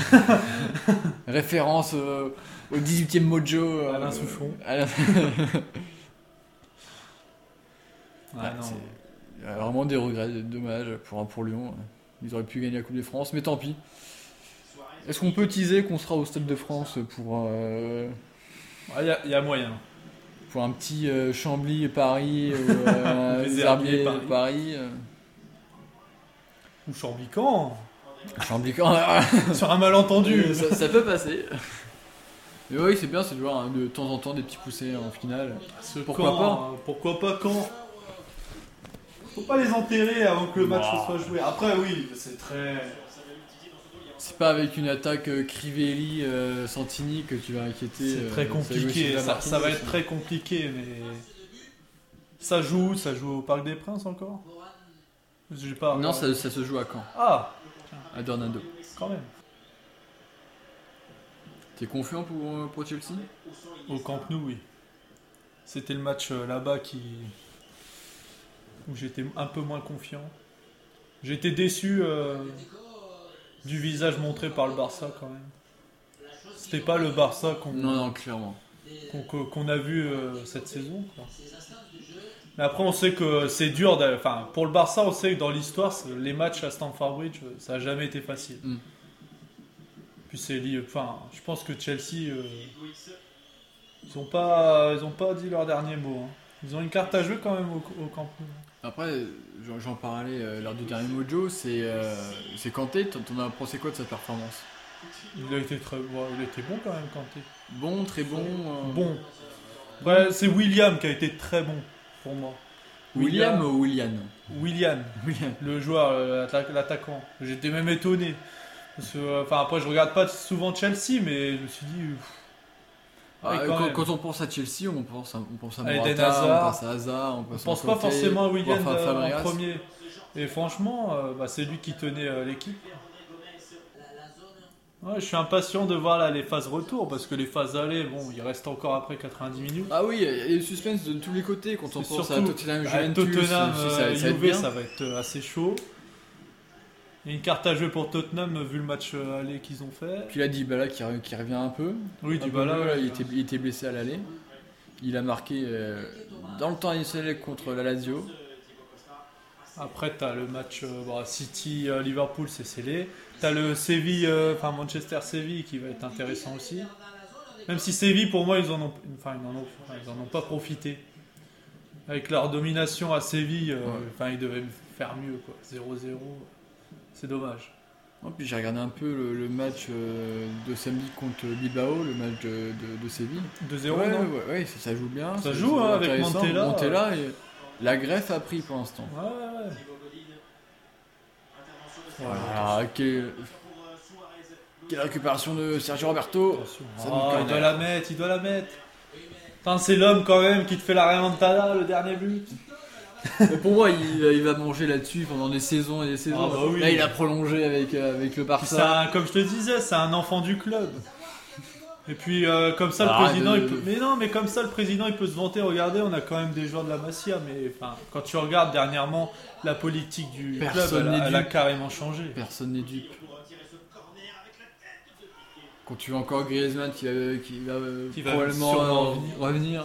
S1: Référence euh, au 18 e mojo. euh,
S4: Alain Souchon.
S1: Alain-
S4: Ah,
S1: Ouais,
S4: non.
S1: c'est- il y a Vraiment des regrets, dommage pour un pour Lyon. Ils auraient pu gagner la Coupe de France, mais tant pis. Est-ce qu'on peut teaser qu'on sera au Stade de France pour, euh,
S4: Ah, Il y, a- il y a moyen.
S1: pour un petit euh, Chambly et Paris ou euh,
S4: Les
S1: Zerbier
S4: Herbiers,
S1: et
S4: Paris.
S1: Paris, euh,
S4: Ou Chambican
S1: Chambly quand même.
S4: sur un malentendu.
S1: Euh, ça, ça peut passer. Mais oui, c'est bien, c'est de voir hein, de temps en temps des petits poussés en finale.
S4: Ce
S1: Pourquoi
S4: Caen,
S1: pas
S4: euh, Pourquoi pas quand Faut pas les enterrer avant que le match se soit joué. Après oui, c'est très.
S1: C'est pas avec une attaque euh, Crivelli euh, Santini que tu vas inquiéter.
S4: C'est
S1: euh,
S4: très
S1: Thiago Silva
S4: compliqué, ça,
S1: Martinez.
S4: ça va être très compliqué, mais. Ça joue où Ça joue au Parc des Princes encore J'ai pas. euh,
S1: Non, ça, ça se joue à Caen,
S4: Ah,
S1: à Dornado.
S4: quand même.
S1: T'es confiant pour, euh, pour Chelsea
S4: Au Camp Nou, oui. C'était le match euh, là-bas qui. où j'étais un peu moins confiant. J'étais déçu euh, du visage montré par le Barça quand même. C'était pas le Barça qu'on
S1: Non, non, clairement.
S4: qu'on- qu'on- qu'on a vu euh, cette saison. quoi. Mais après, on sait que c'est dur. d'aller- Enfin, pour le Barça, on sait que dans l'histoire, c'est- les matchs à Stamford Bridge, euh, ça n'a jamais été facile.
S1: Mm.
S4: Puis c'est lié. Enfin, je pense que Chelsea, euh, ils n'ont pas, ils ont pas dit leur dernier mot. hein. Ils ont une carte à jouer quand même au, au Camp Nou.
S1: Après, euh, j'en- j'en parlais euh, lors du dernier mojo, c'est euh, c'est Kanté, t'en t'en as pensé quoi de sa performance
S4: Il a été très, ouais, il était bon quand même, Kanté.
S1: Bon, très bon. euh,
S4: Bon. Ouais, c'est William qui a été très bon pour moi.
S1: William ou Willian
S4: William.
S1: Willian.
S4: le joueur, euh, l'atta- l'attaquant. J'étais même étonné. Parce que, euh, enfin, après, je regarde pas souvent Chelsea, mais je me suis dit, pff,
S1: Ah,
S4: quand
S1: quand,
S4: même.
S1: quand on pense à Chelsea, on pense à, on pense à
S4: Allez,
S1: Morata,
S4: Dan Hazard.
S1: on pense à Hazard, on
S4: on
S1: pense, à
S4: pense pas
S1: Kanté,
S4: forcément à William
S1: voire
S4: euh,
S1: Fabregas.
S4: en premier. Et franchement, euh, bah, c'est lui qui tenait euh, l'équipe. Ouais, je suis impatient de voir là, les phases retour parce que les phases aller, bon, il reste encore après 90 minutes.
S1: Ah oui, il y a le suspense de tous les côtés quand on
S4: C'est
S1: pense à
S4: surtout-
S1: Tottenham
S4: Bah,
S1: Juventus.
S4: Tottenham,
S1: si ça,
S4: euh,
S1: ça va être
S4: Juve,
S1: bien.
S4: ça va être euh, assez chaud. Il y a une carte à jouer pour Tottenham euh, vu le match euh, aller qu'ils ont fait. Ah, bah,
S1: Puis là, Dybala qui, re- qui revient un peu.
S4: Oui,
S1: Un peu
S4: Dybala,
S1: mieux, là,
S4: ouais,
S1: il, était, il était blessé à l'aller. Il a marqué euh, dans le temps additionnel contre la Lazio.
S4: Après, tu as le match euh, bah, City-Liverpool, c'est scellé. Tu as le Séville, euh, enfin Manchester-Séville qui va être intéressant aussi. Même si Séville, pour moi, ils en ont, enfin, ils en ont, enfin, ils en ont pas profité. Avec leur domination à Séville, euh,
S1: Ouais.
S4: enfin, ils devaient faire mieux. quoi. 0-0, c'est dommage.
S1: Oh, puis j'ai regardé un peu le, le match euh, de samedi contre Bilbao, le match de, de- de Séville.
S4: 2-0,
S1: Ouais,
S4: non
S1: ouais, ouais, ça, ça joue bien.
S4: Ça
S1: c'est-
S4: joue,
S1: c'est
S4: hein, avec
S1: intéressant.
S4: Montella.
S1: Montella, et la greffe a pris pour l'instant.
S4: Ouais, ouais, ouais.
S1: Voilà, Ah, quelle, quelle récupération de Sergio Roberto. Ça nous
S4: Oh, il
S1: corner.
S4: doit la
S6: Ah,
S4: mettre, il doit la mettre. Putain, c'est l'homme quand même qui te fait la remontada, le dernier but.
S6: Mais pour moi, il, euh, il va manger là-dessus pendant des saisons et des saisons.
S4: Ah bah oui.
S6: Là, il a prolongé avec, euh, avec le
S4: Puis
S6: Barça.
S4: c'est un- comme je te disais, c'est un enfant du club. Et puis euh, comme ça le
S6: Ah,
S4: président,
S6: de-
S4: il peut... mais non, mais comme ça le président, il peut se vanter. Regardez, on a quand même des joueurs de la Masia, mais enfin, quand tu regardes dernièrement la politique du
S6: Personne
S4: club, elle,
S6: n'est
S4: a- elle a
S6: dupe.
S4: carrément changé.
S6: Personne n'est dupe. Quand tu vois encore Griezmann qui va, qui va, euh,
S4: Qui va
S6: probablement
S4: sûrement
S6: euh,
S4: revenir.
S6: revenir.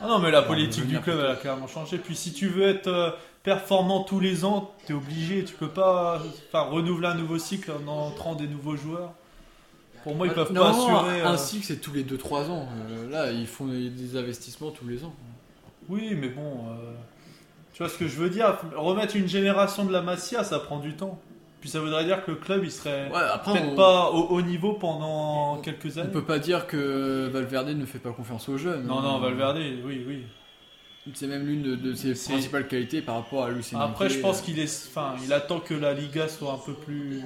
S4: Ah non, mais la
S6: on
S4: politique
S6: va
S4: du
S6: venir
S4: club,
S6: plus
S4: elle a carrément changé. Puis si tu veux être euh, performant tous les ans, t'es obligé. Tu peux pas euh, enfin, renouveler un nouveau cycle en entrant des nouveaux joueurs. Pour moi, ils peuvent pas
S6: Normalement,
S4: assurer. euh,
S6: Un cycle, c'est tous les 2-3 ans. Euh, là, ils font des- des investissements tous les ans.
S4: Oui, mais bon, euh, tu vois ce que je veux dire. Remettre une génération de la Masia, ça prend du temps. Puis ça voudrait dire que le club, il serait
S6: Ouais, après,
S4: peut-être
S6: on,
S4: pas au haut niveau pendant quelques
S6: on
S4: années.
S6: peut pas dire que Valverde ne fait pas confiance aux jeunes.
S4: Non, non,
S6: Euh,
S4: Valverde, oui, oui.
S6: C'est même l'une de, de ses
S4: C'est-
S6: principales qualités par rapport à Lucien.
S4: Après, je pense qu'il est, enfin, il attend que la Liga soit un peu plus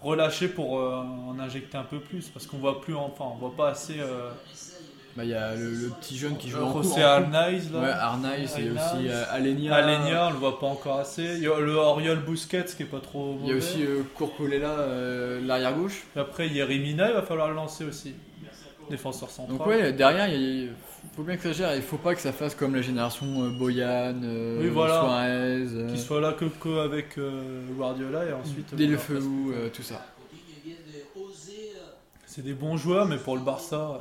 S4: relâchée pour euh, en injecter un peu plus, parce qu'on voit plus, enfin, on voit pas assez. Euh,
S6: Bah, il y a le, le petit jeune qui joue en
S4: José
S6: en-
S4: Arnaiz,
S6: Ouais,
S4: là.
S6: Arnaïs c'est
S4: Arnaiz.
S6: aussi euh, Alenia.
S4: Alenia, on le voit pas encore assez. Il y a le Oriol Busquets qui est pas trop.
S6: Il y a
S4: mauvais.
S6: aussi euh, Kurkulella, euh, l'arrière gauche.
S4: Et Après, Yerimina, il va falloir le lancer aussi. Défenseur central.
S6: Donc ouais, derrière, il y a- faut bien que ça gère. Il faut pas que ça fasse comme la génération euh, Boyan, euh,
S4: Oui, voilà.
S6: Suarez, euh,
S4: Qu'il soit là que, que avec euh, Guardiola et ensuite.
S6: Des
S4: euh,
S6: Lefeu, euh, tout ça.
S4: C'est des bons joueurs, mais pour le Barça.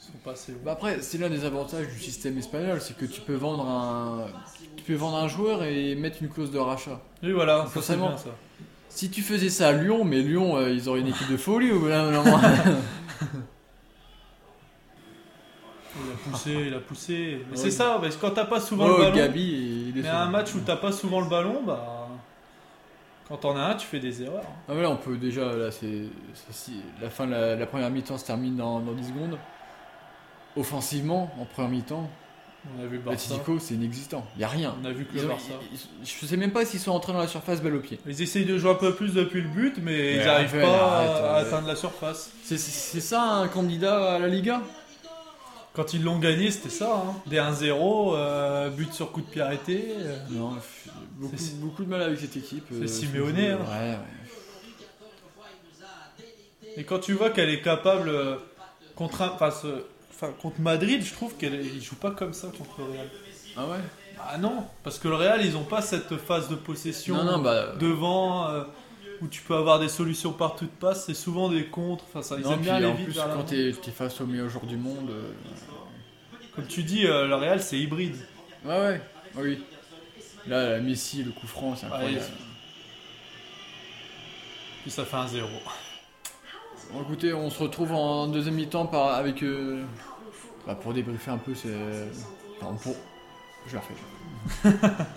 S4: Ils sont pas assez bons.
S6: Bah après, c'est l'un des avantages du système espagnol, c'est que tu peux vendre un, tu peux vendre un joueur et mettre une clause de rachat.
S4: Oui, voilà, ça c'est
S6: Forcément.
S4: bien ça.
S6: Si tu faisais ça à Lyon, mais Lyon, euh, ils auraient une équipe de folie au bout d'un moment.
S4: Il a poussé, il a poussé. Mais c'est ça, parce que quand t'as pas souvent le
S6: Oh,
S4: ballon.
S6: Gabi, il est
S4: Mais un
S6: sauvé.
S4: match où t'as pas souvent le ballon, bah. Quand t'en as un, tu fais des erreurs.
S6: Ah mais là, on peut déjà, là, c'est c'est- si- la fin, de la, la première mi-temps se termine dans, dans 10 secondes. Offensivement, en première mi-temps,
S4: On a vu le Barça.
S6: Atletico, c'est inexistant. Il y a rien.
S4: On a vu que
S6: Ils
S4: le
S6: ont-
S4: Barça.
S6: ils- ils- je sais même pas s'ils sont entrés dans la surface balle au pied.
S4: Ils essayent de jouer un peu plus depuis le but, mais, ils
S6: Raphaël,
S4: arrivent pas
S6: arrête,
S4: à, à
S6: euh,
S4: atteindre la surface.
S6: C'est- C'est c'est ça un candidat à la Liga
S4: Quand ils l'ont gagné, c'était ça. Hein. Des 1-0, euh, but sur coup de pied arrêté. euh.
S6: Non, f- beaucoup,
S4: C'est-
S6: beaucoup de mal avec cette équipe.
S4: c'est
S6: euh,
S4: Simeone,
S6: je-
S4: hein.
S6: Ouais, ouais.
S4: Et quand tu vois qu'elle est capable euh, contre, un- enfin, ce- enfin, contre Madrid, je trouve qu'elle est- ils jouent pas comme ça contre le Real.
S6: Ah ouais
S4: Ah non, parce que le Real, ils ont pas cette phase de possession
S6: Non, non, bah.
S4: devant euh, où tu peux avoir des solutions par toute passe. C'est souvent des contres. Enfin, ça, ils
S6: non,
S4: aiment
S6: puis
S4: bien aller
S6: en
S4: vite hein.
S6: plus,
S4: vers l'avant.
S6: quand t'es t'es face au meilleur joueur du monde. euh,
S4: Comme tu dis, euh, le Real, c'est hybride.
S6: Ouais, ouais, Ah oui. Là, la Messi, le coup franc, c'est incroyable.
S4: Ouais, Puis ça fait 1-0.
S6: Bon, écoutez, on se retrouve en deuxième mi-temps par- avec. euh, bah, pour débriefer un peu, c'est. Enfin, pour. Je la refais.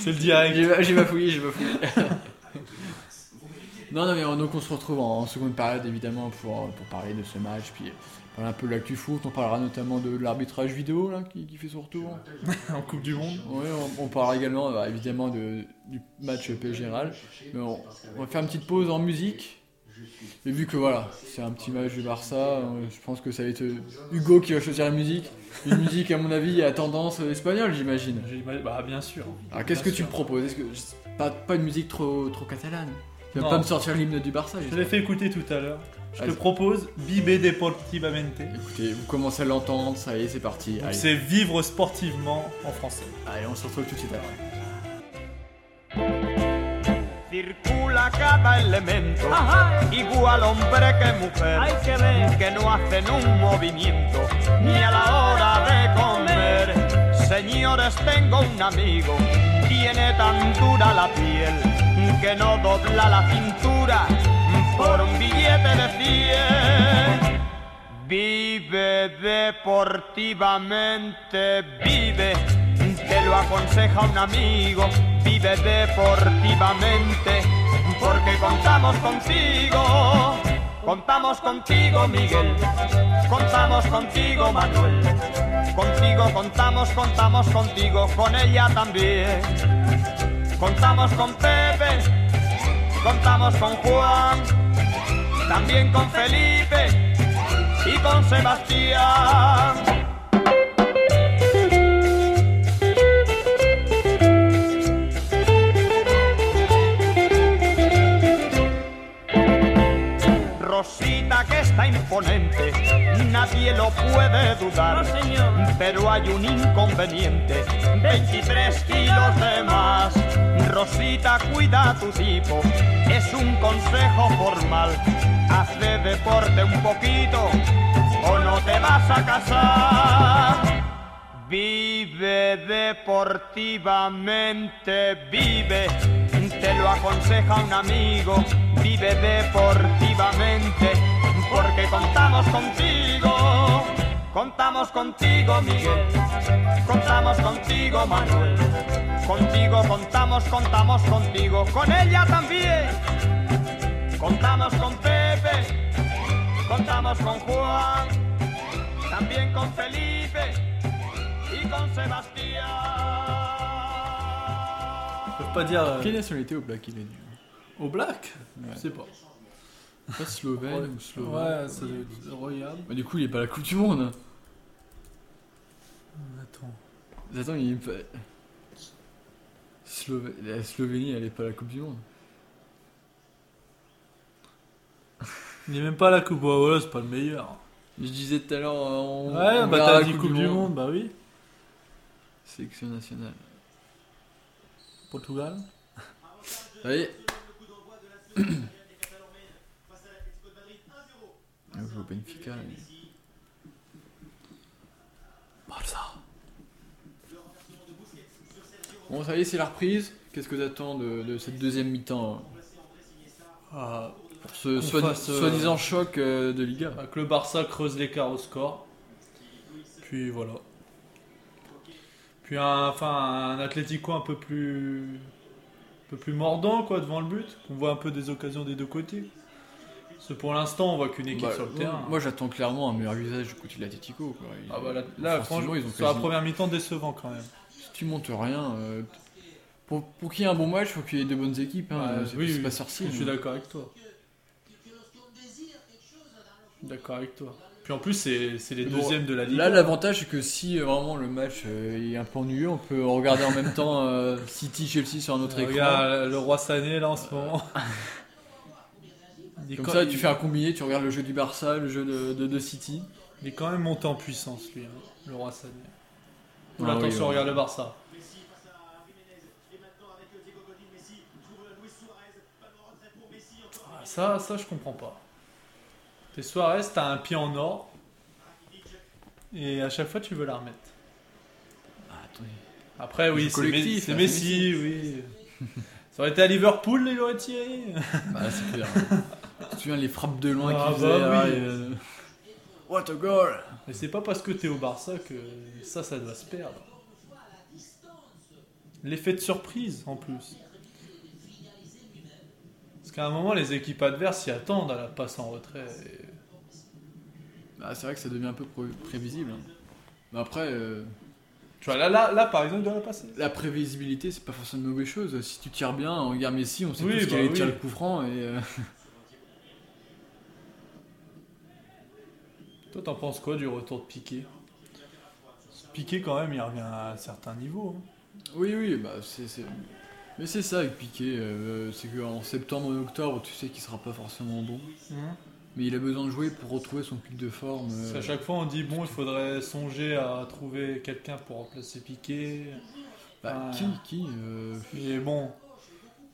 S4: C'est le direct.
S6: J'ai va- J'ai bafouillé, j'ai bafouillé. non, non, mais on- donc on se retrouve en, en seconde période évidemment pour, pour parler de ce match, puis parler un peu de l'actu foot. On parlera notamment de l'arbitrage vidéo là, qui, qui fait son retour.
S4: en Coupe du Monde.
S6: Ouais, on, on parlera également bah, évidemment de, du match PSG Real. Mais on, on va faire une petite pause en musique. Et vu que voilà, c'est un petit match du Barça, euh, je pense que ça va être euh, Hugo qui va choisir la musique. Une musique, à mon avis, à tendance euh, espagnole, j'imagine.
S4: J'ai- Bah, bien sûr.
S6: Alors qu'est-ce que
S4: Bien
S6: tu
S4: sûr.
S6: me proposes Est-ce que pas, pas une musique trop trop catalane Tu vas
S4: Non.
S6: pas me sortir l'hymne du Barça
S4: Je te
S6: j'espère.
S4: l'ai fait écouter tout à l'heure. Je te
S6: Vas-y.
S4: propose Bibe Deportivamente.
S6: Écoutez, vous commencez à l'entendre, ça y est, c'est parti.
S4: Donc
S6: Allez.
S4: C'est vivre sportivement en français.
S6: Allez, on se retrouve tout de suite après.
S8: Circula cada elemento, igual hombre que mujer, que, no hacen un movimiento ni a la hora de comer. Señores, tengo un amigo, tiene tan dura la piel que no dobla la cintura por un billete de 100. Vive deportivamente, vive, te lo aconseja un amigo, vive deportivamente, porque contamos contigo, contamos contigo Miguel, contamos contigo Manuel, contigo contamos, contamos contigo, con ella también, contamos con Pepe, contamos con Juan, también con Felipe y con Sebastián. Rosita que está imponente, nadie lo puede dudar. Pero hay un inconveniente, 23 kilos de más. Rosita, cuida a tu tipo, es un consejo formal. Haz de deporte un poquito o no te vas a casar. Vive deportivamente, vive, te lo aconseja un amigo, vive deportivamente, porque contamos contigo, contamos contigo Miguel, contamos contigo Manuel, contigo contamos, contamos contigo, con ella también, contamos con Pepe, contamos con Juan, también con Felipe y con Sebastián.
S4: Ils peuvent pas dire euh,
S6: Quelle nationalité au Black il est né
S4: au black
S6: Ouais.
S4: Je sais pas.
S6: Pas Slovène ou Slovène
S4: Ouais, ça doit être- regarde.
S6: Bah, Du coup, il est pas à la Coupe du Monde.
S4: Attends.
S6: Attends, il est pas. Slové- La Slovénie, elle est pas à la Coupe du Monde.
S4: Il est même pas à la coupe. Ouais, voilà, c'est pas le meilleur.
S6: Je disais tout à l'heure, euh, on.
S4: Ouais,
S6: on
S4: bah
S6: verra
S4: t'as
S6: la
S4: dit Coupe du monde. bah oui.
S6: Sélection nationale.
S4: Portugal.
S6: Allez Ah, Je joue au Benfica. mais- Bon, ça y est, c'est la reprise. Qu'est-ce que t'attends de, de cette deuxième mi-temps hein
S4: Ah,
S6: Pour ce
S4: Qu'on
S6: soi-
S4: fasse, euh,
S6: soi-disant choc euh, de Liga.
S4: bah, que le Barça creuse l'écart au score. Puis voilà. Puis un, enfin, un Atlético un peu plus. Un peu plus mordant quoi devant le but. On voit un peu des occasions des deux côtés. Parce que pour l'instant, on voit qu'une équipe
S6: Bah,
S4: sur le
S6: moi-
S4: terrain.
S6: Moi, j'attends clairement un meilleur usage du côté de l'Atletico. quoi. Ils-
S4: ah bah là, là,
S6: offensivement,
S4: franchement,
S6: ils ont
S4: sur la
S6: quasi-
S4: première mi-temps décevant quand même.
S6: Si tu montes rien, euh, pour, pour qu'il y ait un bon match, faut qu'il y ait de bonnes équipes. Hein,
S4: Ouais,
S6: c'est
S4: oui,
S6: c'est
S4: oui,
S6: pas sorcier. hein.
S4: Je suis
S6: mais-
S4: d'accord avec toi. Je suis D'accord avec toi. Puis en plus, c'est c'est les
S6: Bon,
S4: deuxièmes de la Ligue.
S6: Là, l'avantage, c'est que si euh, vraiment le match euh, est un peu ennuyeux, on peut regarder en même temps euh, City-Chelsea sur un autre écran.
S4: Euh, Regarde, le roi Sané là en ce moment. Il est,
S6: Comme
S4: quand,
S6: ça,
S4: il-
S6: tu fais un combiné, tu regardes le jeu du Barça, le jeu de, de- de City.
S4: il est quand même monté en puissance lui, hein, le roi Sané. On
S6: Ah
S4: l'attend
S6: oui,
S4: sur
S6: ouais.
S4: Regarde le Barça. Ah, Ça, ça je comprends pas. T'es Suarez, t'as un pied en or. Et à chaque fois, tu veux la remettre. Après, oui,
S6: joue
S4: c'est Messi,
S6: Ah, collectif,
S4: c'est
S6: hein,
S4: Messi, oui. Ça aurait été à Liverpool, il aurait tiré.
S6: Bah, c'est clair. tu te souviens les frappes de loin
S4: Ah,
S6: qu'ils
S4: bah
S6: faisaient
S4: oui.
S6: et, euh, What a goal
S4: Mais c'est pas parce que t'es au Barça que ça, ça doit se perdre. L'effet de surprise, en plus. Parce qu'à un moment, les équipes adverses s'y attendent à la passe en retrait. et-
S6: Bah, C'est vrai que ça devient un peu pré- prévisible. hein. Mais après, euh,
S4: Tu vois, là, là, là, par exemple, il doit la passer.
S6: la prévisibilité, c'est pas forcément une mauvaise chose. Si tu tires bien, on regarde Messi, on sait
S4: Oui,
S6: tous qu'il
S4: bah
S6: allait
S4: oui.
S6: tirer le coup franc. Et, euh,
S4: Toi, t'en penses quoi du retour de Piqué Piqué, quand même, il revient à un certain niveau. hein.
S6: Oui, oui, bah c'est. c'est- Mais c'est ça avec Piqué, euh, c'est qu'en septembre et octobre, tu sais qu'il sera pas forcément bon.
S4: Mmh.
S6: Mais il a besoin de jouer pour retrouver son pic de forme. euh,
S4: Parce qu'à chaque fois, on dit, bon, il faudrait songer à trouver quelqu'un pour remplacer Piqué.
S6: bah,
S4: Ouais.
S6: Qui Qui euh,
S4: Et bon,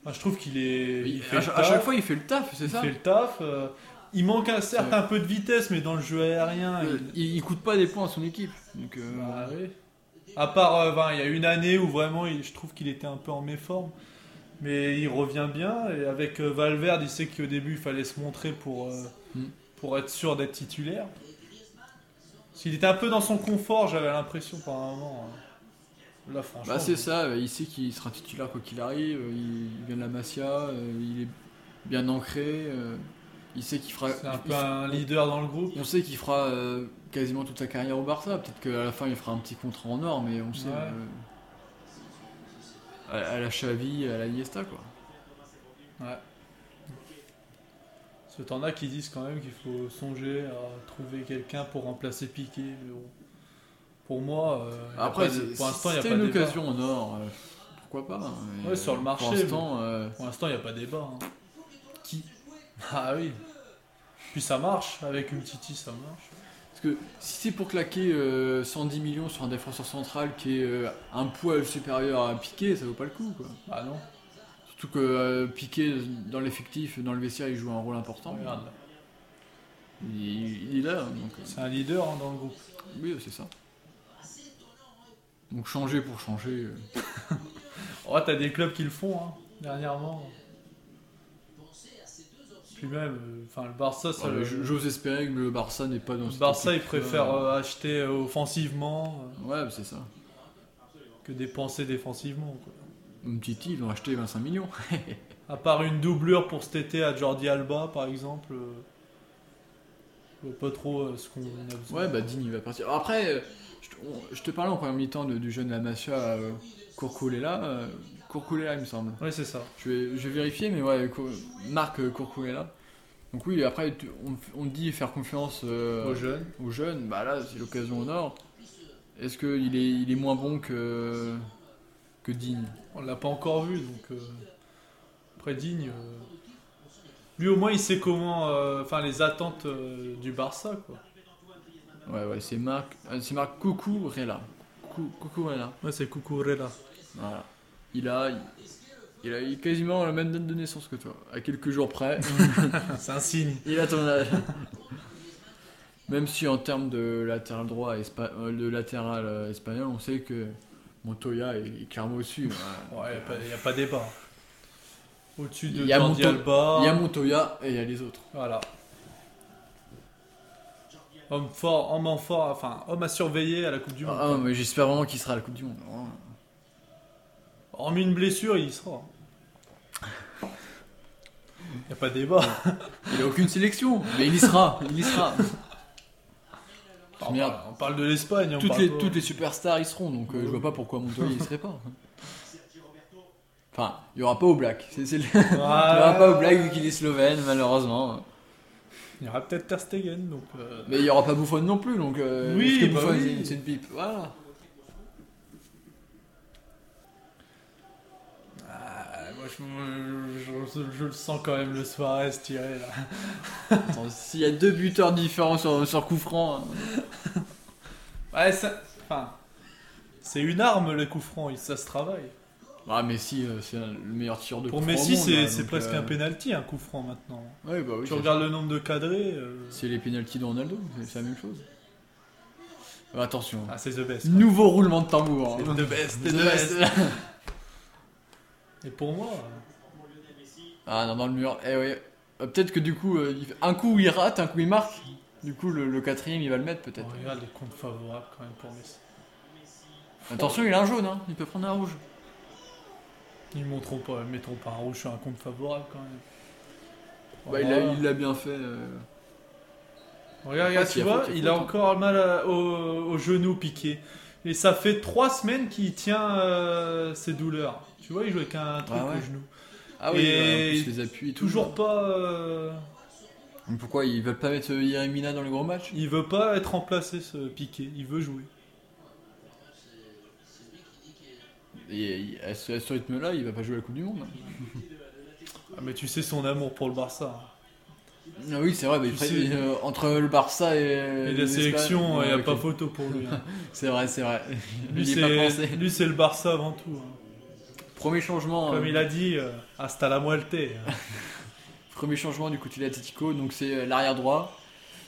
S4: moi, je trouve qu'il est...
S6: il-
S4: il fait
S6: à,
S4: le
S6: cha- à
S4: taf.
S6: chaque fois, il fait le taf, c'est
S4: Il
S6: ça
S4: fait le taf. euh, il manque un, certes
S6: Ouais.
S4: un peu de vitesse, mais dans le jeu aérien.
S6: Euh,
S4: il-
S6: il, il coûte pas des points à son équipe. Donc, euh,
S4: Bah oui. À part, euh, ben, il y a une année où vraiment il- je trouve qu'il était un peu en méforme. Mais il revient bien. Et avec euh, Valverde, il sait qu'au début il fallait se montrer pour, euh,
S6: Mm.
S4: pour être sûr d'être titulaire. Parce qu'il était un peu dans son confort, j'avais l'impression par un moment. hein. Là, franchement.
S6: bah, c'est ça, euh, il sait qu'il sera titulaire quoi qu'il arrive, euh, il, il vient de la Masia, euh, il est bien ancré, euh, il sait qu'il fera.
S4: C'est un
S6: il-
S4: peu un leader dans le groupe.
S6: On sait qu'il fera euh, quasiment toute sa carrière au Barça. Peut-être qu'à la fin, il fera un petit contrat en or, mais on sait.
S4: Ouais.
S6: euh, à, à la Xavi, à la Iniesta, quoi.
S4: Ouais. Parce que t'en as qui disent quand même qu'il faut songer à trouver quelqu'un pour remplacer Piqué. mais bon. Pour moi, euh, y a
S6: Après,
S4: pas de-
S6: c'est-
S4: pour l'instant, il n'y
S6: si
S4: a
S6: t'as
S4: pas de
S6: une
S4: débat.
S6: occasion en or, euh, pourquoi pas hein, mais,
S4: Ouais, sur le
S6: euh,
S4: marché,
S6: Pour l'instant, euh,
S4: Pour l'instant, il n'y a pas de débat. hein.
S6: Qui
S4: Ah oui. Puis ça marche, avec une Titi ça marche.
S6: Parce que si c'est pour claquer euh, 110 millions sur un défenseur central qui est euh, un poil supérieur à Piqué, ça vaut pas le coup. Quoi.
S4: Bah non,
S6: Surtout que euh, Piqué, dans l'effectif, dans le vestiaire, il joue un rôle important.
S4: regarde,
S6: Il, il est là, donc. euh,
S4: c'est un leader hein, dans le groupe.
S6: Oui, c'est ça. Donc changer pour changer. euh.
S4: Oh, t'as des clubs qui le font, hein, dernièrement. Puis même, euh, enfin, le Barça, ça,
S6: Ouais,
S4: le,
S6: j- J'ose espérer que le Barça n'est pas dans
S4: le
S6: cette
S4: Barça, il
S6: optique-là.
S4: préfère euh, acheter euh, offensivement
S6: Ouais, bah, c'est ça.
S4: euh, que dépenser défensivement. Quoi.
S6: Une petite ils ont acheté 25 millions.
S4: À part une doublure pour cet été à Jordi Alba, par exemple, euh, je vois pas trop euh, ce qu'on a besoin.
S6: ouais, bah Digne il va partir. Après, euh, je, te- on- je te parlais en première mi-temps de- du jeune Lamassia euh, Kurkulella. euh, Kurkulella, il me semble.
S4: Ouais, c'est ça.
S6: Je vais, je vais vérifier, mais ouais, Cou- Marc euh, Kurkulella. Donc oui, après, tu- on, on dit faire confiance euh,
S4: Aux jeunes.
S6: aux jeunes, bah là c'est l'occasion en or. Est-ce qu'il est, il est moins bon que, que Digne
S4: On l'a pas encore vu, donc euh, après digne. euh, Lui au moins il sait comment, euh, enfin les attentes euh, du Barça quoi.
S6: Ouais, ouais, c'est Marc, euh, c'est Marc Cucurella. Cu- Cucurella,
S4: Ouais c'est Cucurella.
S6: voilà. Il a, il a il a quasiment la même date de naissance que toi, à quelques jours près.
S4: Ah, C'est un signe.
S6: il a ton âge. Même si en termes de latéral droit, espa- euh, de latéral euh, espagnol, on sait que Montoya est, est clairement au-dessus. hein.
S4: Ouais y a pas, débat. Au-dessus de
S6: Il y a
S4: Jordi
S6: Monto-
S4: Alba.
S6: Il y a Montoya et il y a les autres.
S4: Voilà. Homme fort, homme en fort, enfin homme à surveiller à la Coupe du Monde.
S6: Ah, mais j'espère vraiment qu'il sera à la Coupe du Monde. Oh.
S4: Hormis une blessure il y sera. Y a pas débat.
S6: Il a aucune sélection, mais il y sera, il y sera.
S4: On
S6: Merde.
S4: parle, on parle de l'Espagne. on
S6: Toutes
S4: parle
S6: les,
S4: pas-
S6: toutes les superstars y seront, donc euh, je vois pas pourquoi Montoya y serait pas. Enfin, il y aura pas au Black. C'est, c'est le-
S4: Ah,
S6: Il y aura pas
S4: Euh.
S6: au Black vu qu'il est slovène, malheureusement.
S4: Il y aura peut-être Ter Stegen donc. euh,
S6: Mais il y aura pas Buffon non plus, donc. euh,
S4: Oui,
S6: parce que
S4: bah
S6: Buffon,
S4: oui.
S6: c'est- c'est une pipe. Voilà.
S4: Ah, Moi, je, je- je- je le sens quand même, le Suarez tiré là.
S6: Attends, s'il y a deux buteurs différents sur, sur coup franc, hein.
S4: Ouais, ça. Enfin. C'est une arme, le coup franc, il- ça se travaille.
S6: Ah, Messi, euh, c'est un- le meilleur tireur de
S4: Pour
S6: coup franc
S4: Messi,
S6: au monde,
S4: c'est
S6: là,
S4: c'est
S6: donc,
S4: presque
S6: euh,
S4: un pénalty, un coup franc maintenant.
S6: Ouais, bah oui.
S4: tu
S6: c'est- Mmh.
S4: regardes le nombre de cadrés. euh,
S6: C'est les pénalties de Ronaldo, c'est- c'est la même chose. Euh, Attention.
S4: Ah, c'est the best. quoi.
S6: Nouveau roulement de tambour. hein.
S4: C'est the best,
S6: The
S4: the best.
S6: best.
S4: Et pour moi,
S6: Ah non, dans le mur. Eh ouais. Euh, peut-être que du coup, euh, il fait- un coup il rate, un coup il marque. Du coup, le, le quatrième il va le mettre
S4: on
S6: peut-être.
S4: regarde les comptes favorables quand même pour Messi.
S6: Attention, il a un jaune, hein. il peut prendre un rouge.
S4: Ils montreront pas, ils mettront pas un rouge sur un compte favorable quand même.
S6: Bah, il,
S4: Voilà.
S6: a, il l'a bien fait. euh.
S4: Regarde,
S6: Je sais pas
S4: regarde,
S6: s'il
S4: tu
S6: y a
S4: vois,
S6: faute, il y a
S4: il a
S6: faute, hein.
S4: encore mal à- au, au genou piqué. Et ça fait trois semaines qu'il tient euh, ses douleurs. Tu vois, il jouait qu'un truc
S6: Bah ouais.
S4: au genou.
S6: Ah oui,
S4: Et
S6: il les appuis et tout.
S4: Toujours pas. euh,
S6: Mais Pourquoi ils veulent pas mettre euh, Yeremina dans le gros match
S4: il veut pas être remplacé, ce piqué. Il veut jouer.
S6: Et il- à ce, à ce rythme-là, il va pas jouer à la Coupe du Monde. hein.
S4: Ah, mais tu sais son amour pour le Barça. hein.
S6: Ah oui, c'est vrai, bah, il
S4: Tu
S6: fait-
S4: sais-
S6: il, euh, entre le Barça et.
S4: Et
S6: euh,
S4: la
S6: l'Espagne-
S4: sélection, il
S6: Ouais,
S4: n'y a
S6: ok.
S4: pas photo pour lui. hein.
S6: C'est vrai, c'est vrai.
S4: Lui,
S6: il est pas
S4: c'est
S6: français.
S4: lui, c'est le Barça avant tout. hein.
S6: Premier changement.
S4: Comme
S6: euh,
S4: il a dit, euh, hasta la muerte. hein.
S6: Premier changement du côté de l'Atletico, donc c'est euh, l'arrière droit,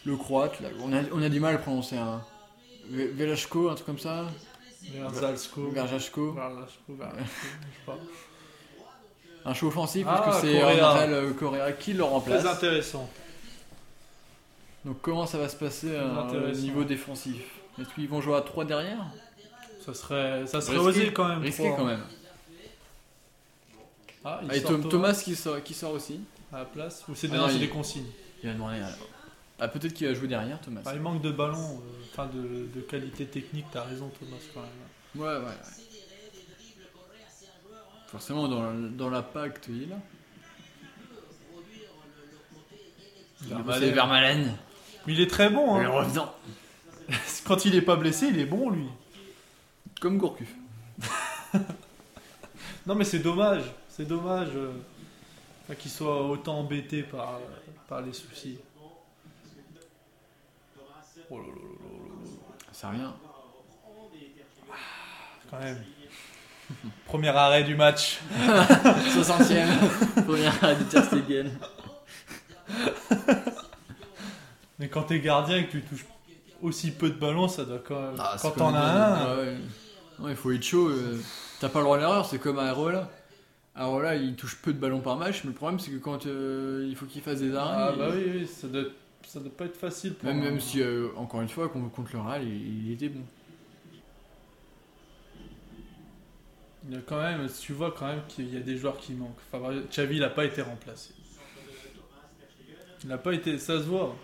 S6: le croate. là, on, a, on a du mal à le prononcer. Hein. Ve- Velasco, un truc comme ça
S4: Verzalsko.
S6: Verjasco.
S4: Verzalsko, Verzalsko, je sais pas.
S6: Un choix offensif,
S4: Ah,
S6: parce que c'est
S4: Correa.
S6: Ronald euh, Correa qui le remplace.
S4: Très intéressant.
S6: Donc comment ça va se passer euh, au
S4: intéressant.
S6: niveau défensif Est-ce qu'ils vont jouer à 3 derrière
S4: Ça serait, ça serait
S6: Risqué.
S4: osé quand même.
S6: Risqué
S4: trois, hein.
S6: quand même.
S4: Ah, il
S6: Et
S4: sort
S6: Tom- Thomas qui sort, qui sort aussi.
S4: à la place ou c'est
S6: Ah
S4: non,
S6: non,
S4: c'est
S6: il-
S4: des consignes.
S6: Il va demander à... Ah peut-être qu'il va jouer derrière Thomas.
S4: Enfin, il manque de ballon, euh, enfin de, de qualité technique. T'as raison Thomas quand même.
S6: Ouais, ouais, ouais. Forcément, dans, dans la pacte, il est là.
S4: Vermaelen.
S6: Vermalen.
S4: Mais il est très bon.
S6: Le
S4: Hein.
S6: revenant.
S4: Quand il est pas blessé, il est bon lui.
S6: Comme Gourcuff.
S4: Non mais c'est dommage, c'est dommage euh, enfin, qu'il soit autant embêté par euh, par les soucis. Oh là là là là là là. Ah,
S6: C'est rien.
S4: Quand même. Premier arrêt du match.
S9: 60ème. Première arrêt de Ter Stegen.
S4: Mais quand t'es gardien et que tu touches aussi peu de ballons, ça doit quand même.
S6: Ah, c'est
S4: quand
S6: comme
S4: t'en
S6: une-
S4: as un. hein,
S6: ouais, ouais. Non, il faut être chaud. euh, T'as pas le droit à l'erreur, c'est comme à Arola. Arola, il touche peu de ballons par match, mais le problème, c'est que quand euh, il faut qu'il fasse des arrêts.
S4: Ah
S6: il-
S4: bah oui, oui, ça doit, ça doit pas être facile pour
S6: Même, même si, euh, encore une fois, con- contre le Real, il, il était bon.
S4: Il y a quand même, tu vois quand même qu'il y a des joueurs qui manquent. Fabri- Xavi, il n'a pas été remplacé. Il n'a pas été, ça se voit.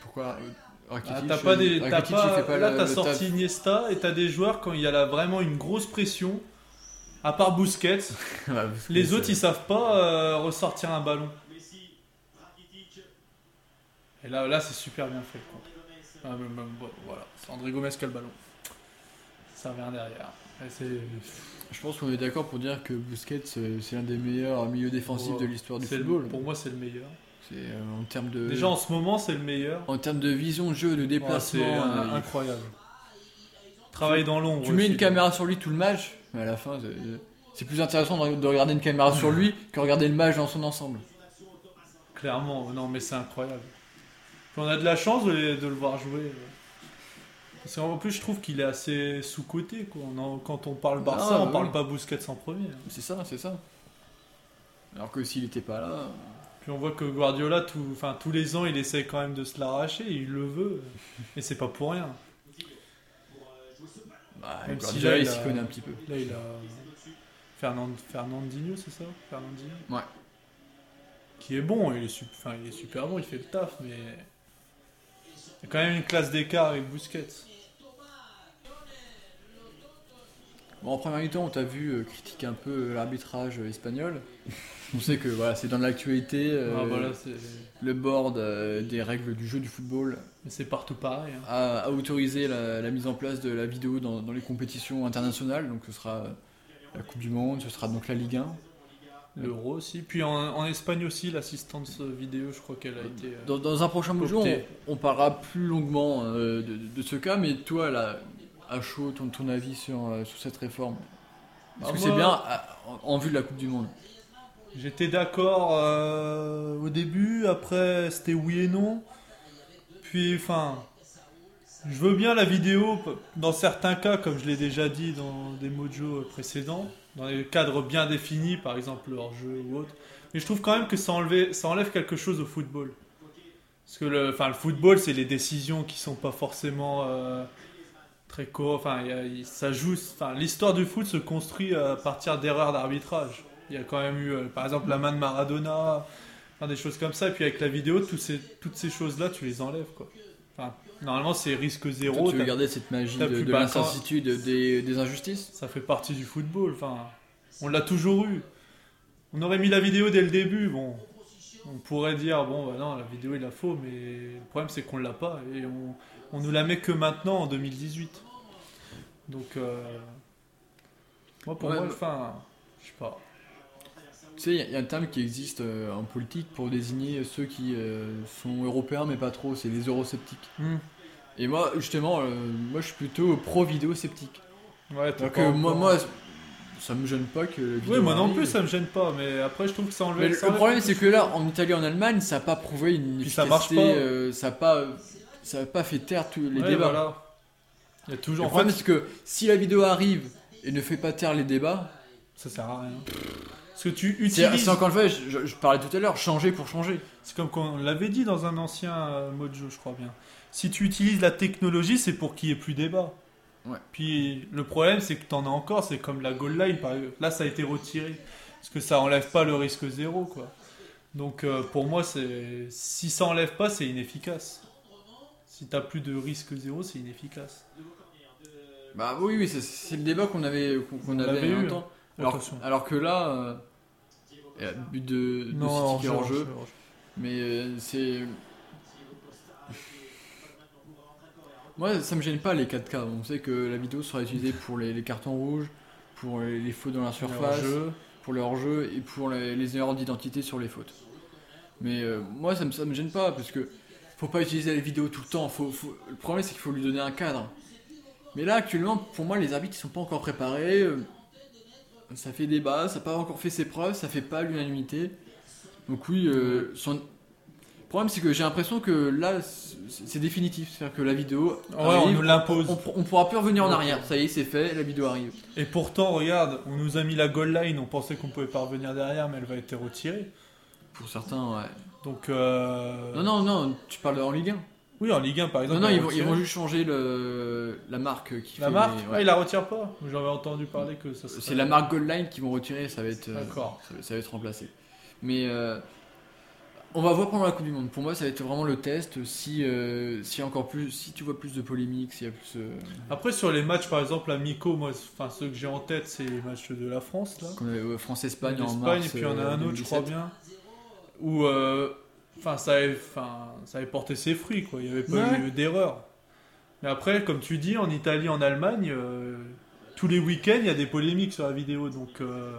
S6: Pourquoi euh,
S4: Ah,
S6: Rakitic,
S4: t'as pas
S6: euh,
S4: des, t'as
S6: Rakitic, il
S4: pas,
S6: fait pas
S4: là
S6: le-
S4: t'as
S6: le taf.
S4: sorti Iniesta et t'as des joueurs quand il y a là vraiment une grosse pression. À part Busquets,
S6: Bah, parce que
S4: les
S6: c'est-
S4: autres ils savent pas euh, ressortir un ballon. Et là, là c'est super bien fait. Quoi. Ah, mais- mais- bon, voilà, c'est André Gomez qui a le ballon. Ça revient derrière. Et c'est
S6: Je pense qu'on est d'accord pour dire que Busquets, euh, c'est l'un des meilleurs milieux défensifs
S4: Ouais.
S6: de l'histoire du
S4: C'est le-
S6: football.
S4: Pour moi, c'est le meilleur.
S6: C'est euh, en termes de.
S4: Déjà, en ce moment, c'est le meilleur.
S6: En termes de vision de jeu, de
S4: Ah, c'est
S6: déplacement,
S4: un-
S6: euh,
S4: incroyable. Travailler dans l'ombre.
S6: tu mets
S4: aussi.
S6: une caméra sur lui tout le match, mais à la fin, c'est- euh, c'est plus intéressant de de regarder une caméra sur lui que regarder le match dans son ensemble.
S4: Clairement, non, mais c'est incroyable. Puis on a de la chance de, les- de le voir jouer. Parce qu'en plus, je trouve qu'il est assez sous-côté. quoi. On en- Quand on parle Barça,
S6: Ah,
S4: on
S6: oui.
S4: parle pas Busquets en premier. hein.
S6: C'est ça, c'est ça. Alors que s'il était pas là,
S4: Puis on voit que Guardiola, tout- enfin, tous les ans, il essaie quand même de se l'arracher. Il le veut. Mais c'est pas pour rien.
S6: bah,
S4: Même si
S6: Guardiola,
S4: là,
S6: il
S4: il
S6: s'y
S4: a- euh,
S6: connaît un petit peu.
S4: Là, il a. Fernan- Fernandinho, c'est ça Fernandinho
S6: Ouais.
S4: Qui est bon, il est, sup- enfin, il est super bon, il fait le taf, mais. Il y a quand même une classe d'écart avec Busquets.
S6: Bon, en première mi-temps, on t'a vu euh, critiquer un peu euh, l'arbitrage euh, espagnol. on sait que voilà, c'est dans l'actualité, euh,
S4: Ah, voilà, c'est-
S6: le board euh, des règles du jeu du football
S4: mais c'est partout pareil. hein.
S6: a, a autorisé la, la mise en place de la vidéo dans, dans les compétitions internationales. Donc ce sera euh, la Coupe du Monde, ce sera donc la Ligue 1.
S4: L'euro aussi. Puis en, en Espagne aussi, l'assistance vidéo, je crois qu'elle a été. euh,
S6: Dans, dans un prochain Mojo, on,
S4: Opté.
S6: on parlera plus longuement euh, de, de ce cas, mais toi, là, à chaud, ton, ton avis sur, euh, sur cette réforme Est-ce
S4: Ah,
S6: que
S4: moi-
S6: c'est bien à- en, en vue de la Coupe du Monde
S4: J'étais d'accord euh, au début, après c'était oui et non. Puis, enfin, je veux bien la vidéo p- dans certains cas, comme je l'ai déjà dit dans des mojos euh, précédents, dans des cadres bien définis, par exemple hors jeu ou autre. Mais je trouve quand même que ça, enlevait- ça enlève quelque chose au football. Parce que le, enfin, le football, c'est les décisions qui sont pas forcément euh, très co. Enfin, il y a- il- ça joue. Enfin, l'histoire du foot se construit euh, à partir d'erreurs d'arbitrage. Il y a quand même eu, euh, par exemple, la main de Maradona, enfin, des choses comme ça. Et puis avec la vidéo, tous ces- toutes ces choses-là, tu les enlèves, quoi. Enfin, normalement, c'est risque
S6: Toi,
S4: zéro.
S6: Tu veux
S4: t'as-
S6: garder cette magie
S4: t'as
S6: de,
S4: plus
S6: de
S4: pas le
S6: l'incertitude, des, des injustices
S4: ça fait partie du football. Enfin, on l'a toujours eu. On aurait mis la vidéo dès le début. Bon, on pourrait dire bon, bah non, la vidéo il la faut, mais le problème c'est qu'on l'a pas et on, on nous la met que maintenant en 2018. Donc, euh, moi pour
S6: Ouais,
S4: moi,
S6: bah-
S4: enfin, je sais pas.
S6: Tu sais, il y a- il y, a un terme qui existe euh, en politique pour désigner ceux qui euh, sont européens, mais pas trop, c'est les eurosceptiques.
S4: Hmm.
S6: Et moi, justement, euh, moi, je suis plutôt pro-vidéo sceptique.
S4: Ouais, t'as
S6: Donc,
S4: pas
S6: euh, moi,
S4: encore-
S6: moi, ça me gêne pas que. la
S4: Oui,
S6: vidéo
S4: moi non
S6: arrive.
S4: plus, ça me gêne pas, mais après je trouve que ça enlève.
S6: Mais le
S4: ça
S6: le
S4: enlève
S6: problème,
S4: quelque
S6: c'est que là, en Italie, en Allemagne, ça n'a pas prouvé une
S4: Puis ça
S6: efficacité,
S4: marche pas.
S6: euh, ça n'a pas, ça a pas fait taire tous les
S4: Ouais,
S6: débats.
S4: voilà. Il y a
S6: Le
S4: toujours. En
S6: problème,
S4: fait,
S6: c'est que si la vidéo arrive et ne fait pas taire les débats,
S4: ça sert à rien. Parce que tu
S6: c'est
S4: utilises.
S6: c'est encore une fois, je, je- je parlais tout à l'heure, changer pour changer.
S4: C'est comme qu'on l'avait dit dans un ancien euh, mojo, je crois bien. Si tu utilises la technologie, c'est pour qu'il n'y ait plus débat.
S6: Ouais.
S4: Puis le problème, c'est que tu en as encore. C'est comme la goal line, par exemple. Là, ça a été retiré. Parce que ça enlève pas le risque zéro, quoi. Donc euh, pour moi, c'est si ça enlève pas, c'est inefficace. Si t'as plus de risque zéro, c'est inefficace.
S6: Bah oui, oui, c'est- c'est le débat qu'on avait, qu'on- qu'on avait
S4: l'avait
S6: il y a
S4: eu, hein.
S6: longtemps. Alors,
S4: Attention.
S6: alors que là, euh, il y a but de, de City qui est hors jeu, mais euh, c'est. Moi, ça me gêne pas les 4K. On sait que la vidéo sera utilisée pour les, les cartons rouges, pour les, les fautes dans la surface,
S4: jeu.
S6: pour le hors-jeu et pour les, les erreurs d'identité sur les fautes. Mais euh, moi, ça me, ça me gêne pas parce que faut pas utiliser les vidéos tout le temps. Faut, faut- Le problème, c'est qu'il faut lui donner un cadre. Mais là, actuellement, pour moi, les arbitres, ils sont pas encore préparés. euh, Ça fait débat, ça n'a pas encore fait ses preuves, ça fait pas l'unanimité. Donc oui, euh, son... le problème, c'est que j'ai l'impression que là, c'est c'est définitif. C'est-à-dire que la vidéo,
S4: Ah Ouais, on
S6: arrive,
S4: nous l'impose.
S6: on, on pourra plus revenir en arrière. Ça y est, c'est fait, la vidéo arrive.
S4: Et pourtant, regarde, on nous a mis la goal line, on pensait qu'on pouvait pas revenir derrière, mais elle va être retirée.
S6: Pour certains, ouais.
S4: Donc, euh...
S6: Non, non, non, tu parles en Ligue 1.
S4: oui, en Ligue 1 par exemple.
S6: Non, non,
S4: elle
S6: ils vont,
S4: va
S6: ils
S4: retirer.
S6: vont juste changer le, la marque qui
S4: La
S6: fait
S4: marque,
S6: les-
S4: ah,
S6: ouais.
S4: il la retire pas. J'avais entendu parler que ça. serait-
S6: C'est la marque Gold Line qui vont retirer, ça va être, euh,
S4: D'accord.
S6: ça, va- ça va être remplacé. Mais euh, on va voir pendant la Coupe du Monde. Pour moi, ça va être vraiment le test. Si, euh, si encore plus, si tu vois plus de polémiques, s'il y a plus euh,
S4: Après, sur les matchs, par exemple, amicaux, moi, c'est- enfin, ceux que j'ai en tête, c'est les matchs de la France, là.
S6: qu'on avait, euh, France-Espagne en
S4: L'Espagne,
S6: mars.
S4: et puis il y en a
S6: euh,
S4: un autre, je crois
S6: 2017.
S4: bien. Où, euh, enfin, ça, avait, enfin, ça avait porté ses fruits, quoi. Il n'y avait pas
S6: Ouais.
S4: eu d'erreur. Mais après, comme tu dis, en Italie, en Allemagne, euh, tous les week-ends, il y a des polémiques sur la vidéo, donc euh,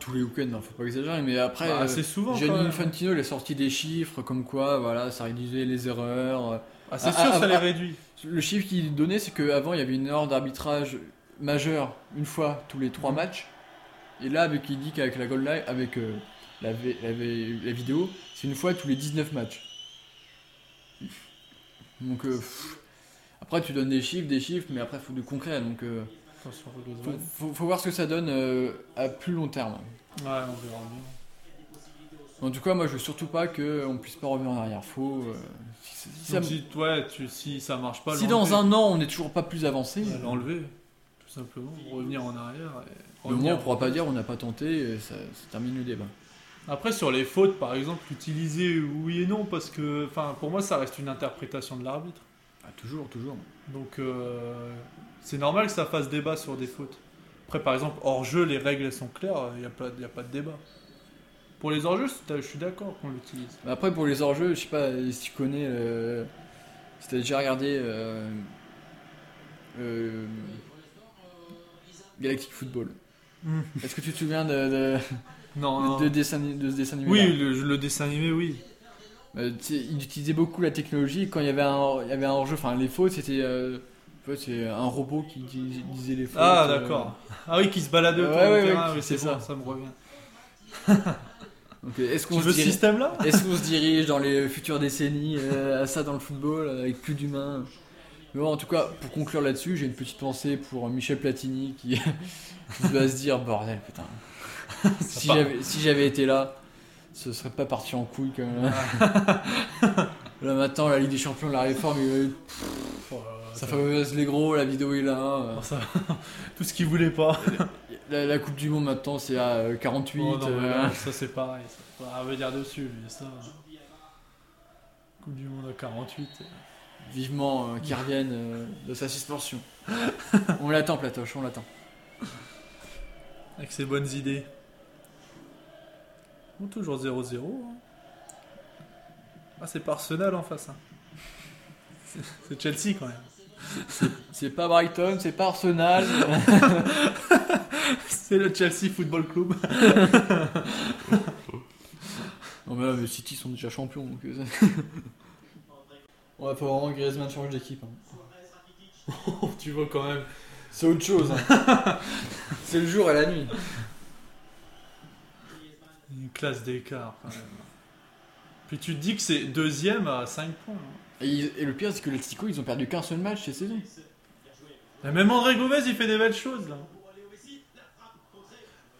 S6: Tous les week-ends, non, faut pas exagérer. Mais après,
S4: bah,
S6: euh,
S4: assez souvent. quand
S6: Gianni
S4: même.
S6: Infantino, il a sorti des chiffres comme quoi, voilà, ça réduisait les erreurs.
S4: Ah, c'est
S6: Ah,
S4: sûr,
S6: ah,
S4: ça les
S6: ah,
S4: réduit.
S6: Le chiffre qu'il donnait, c'est qu'avant, il y avait une erreur d'arbitrage majeure une fois tous les
S4: Mhm.
S6: trois matchs. Et là, avec, il dit qu'avec la goal line, avec euh, la, V- la V- la vidéo, c'est une fois tous les 19 matchs. Donc, euh, pff, après, tu donnes des chiffres, des chiffres, mais après, il faut du concret. Donc, euh,
S4: Attention,
S6: faut,
S4: Rodozman.
S6: faut- faut voir ce que ça donne euh, à plus long terme.
S4: Ouais, on verra bien.
S6: En tout cas, moi, je veux surtout pas qu'on puisse pas revenir en arrière. Faut, euh, si- si- si ça-
S4: Donc, si, ouais, tu- si ça marche pas,
S6: si dans
S4: l'enlever.
S6: un an, on n'est toujours pas plus avancé.
S4: Ouais, L'enlever, tout simplement, revenir en arrière. Et
S6: Au moins,
S4: revenir-
S6: on pourra pas dire on n'a pas tenté, ça, ça termine le débat.
S4: Après, sur les fautes, par exemple, utiliser oui et non, parce que enfin, pour moi, ça reste une interprétation de l'arbitre.
S6: toujours, toujours.
S4: Donc, euh, c'est normal que ça fasse débat sur des fautes. Après, par exemple, hors-jeu, les règles, elles sont claires, il n'y a, pas- y a pas de débat. Pour les hors-jeux, c'est- je suis d'accord qu'on l'utilise.
S6: Bah, Après, pour les hors-jeux, je sais pas si tu connais. euh, si t'as déjà regardé. euh, euh, Galactic Football.
S4: Mm.
S6: Est-ce que tu te souviens de,
S4: Non,
S6: de-
S4: non.
S6: de dessin, de ce dessin animé
S4: Oui, le, le dessin animé, oui.
S6: Euh, tu sais, il utilisait beaucoup la technologie. Quand il y avait un, hors- il y avait un hors-jeu, enfin les fautes, c'était euh, en fait, c'est un robot qui dis- disait les fautes.
S4: Ah,
S6: euh,
S4: d'accord. Ah oui, qui se balade autour
S6: ouais,
S4: du
S6: ouais,
S4: terrain,
S6: ouais,
S4: oui, c'est
S6: c'est
S4: ça.
S6: ça.
S4: ça me revient.
S6: donc, euh, Est-ce
S4: Tu
S6: qu'on se
S4: veux ce
S6: dirige-
S4: système-là
S6: Est-ce qu'on se dirige dans les futures décennies euh, à ça dans le football euh, avec plus d'humains Mais bon, en tout cas, pour conclure là-dessus, j'ai une petite pensée pour Michel Platini qui, qui doit se dire bordel putain. si j'avais si j'avais été là, ce serait pas parti en couille quand même. là maintenant, la Ligue des Champions, la réforme, il-
S4: Oh,
S6: ça favorise les gros, la vidéo est là. euh,
S4: Tout ce qu'il voulait pas.
S6: La, la Coupe du Monde maintenant, c'est à euh, 48.
S4: Oh, non, mais
S6: euh,
S4: là, ça c'est pareil, ça. Faut rien revenir dessus, mais ça. euh, Coupe du Monde à 48. euh.
S6: vivement euh, qu'il revienne euh, de sa suspension. on l'attend, Platoche, on l'attend.
S4: Avec ses bonnes idées. Bon, toujours 0-0. hein. Ah, c'est pas Arsenal en face. hein. C'est- C'est Chelsea quand même.
S6: C'est pas Brighton, c'est pas Arsenal.
S4: C'est le Chelsea Football Club.
S6: non mais là, mais City sont déjà champions donc. euh, On va pas vraiment que Griezmann change d'équipe. hein.
S4: Oh, tu vois quand même.
S6: C'est autre chose. hein. c'est le jour et la nuit.
S4: Une classe d'écart quand même. Puis tu te dis que c'est deuxième à 5 points. hein.
S6: Et, ils- et le pire, c'est que l'Atletico, ils ont perdu qu'un seul match cette saison.
S4: Et Même André Gomez, il fait des belles choses là.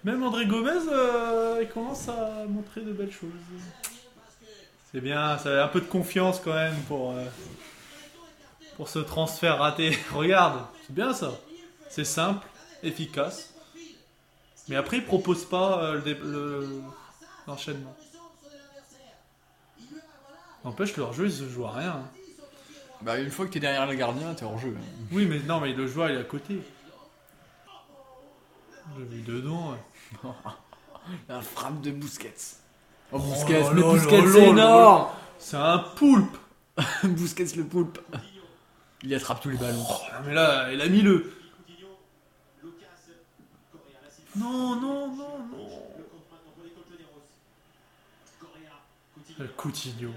S4: Même André Gomez, euh, il commence à montrer de belles choses. C'est bien, ça a un peu de confiance quand même pour, euh, pour ce transfert raté. Regarde, c'est bien ça. C'est simple, efficace. Mais après, il propose pas euh, le dé- le- l'enchaînement. N'empêche, leur jeu, il se joue à rien. hein.
S6: Bah, une fois que t'es derrière le gardien, t'es hors jeu. hein.
S4: Oui, mais non, mais le joueur, il est à côté. J'ai vu dedans. ouais.
S6: La frappe de Busquets.
S4: Oh
S6: Oh, Busquets,
S4: là
S6: mais
S4: là
S6: Busquets,
S4: là
S6: c'est
S4: là
S6: énorme
S4: C'est un poulpe
S6: Busquets, le poulpe. Oh. Il attrape tous les ballons.
S4: Ah, Mais là, il a mis le. Non, non, non, non. Le Coutinho.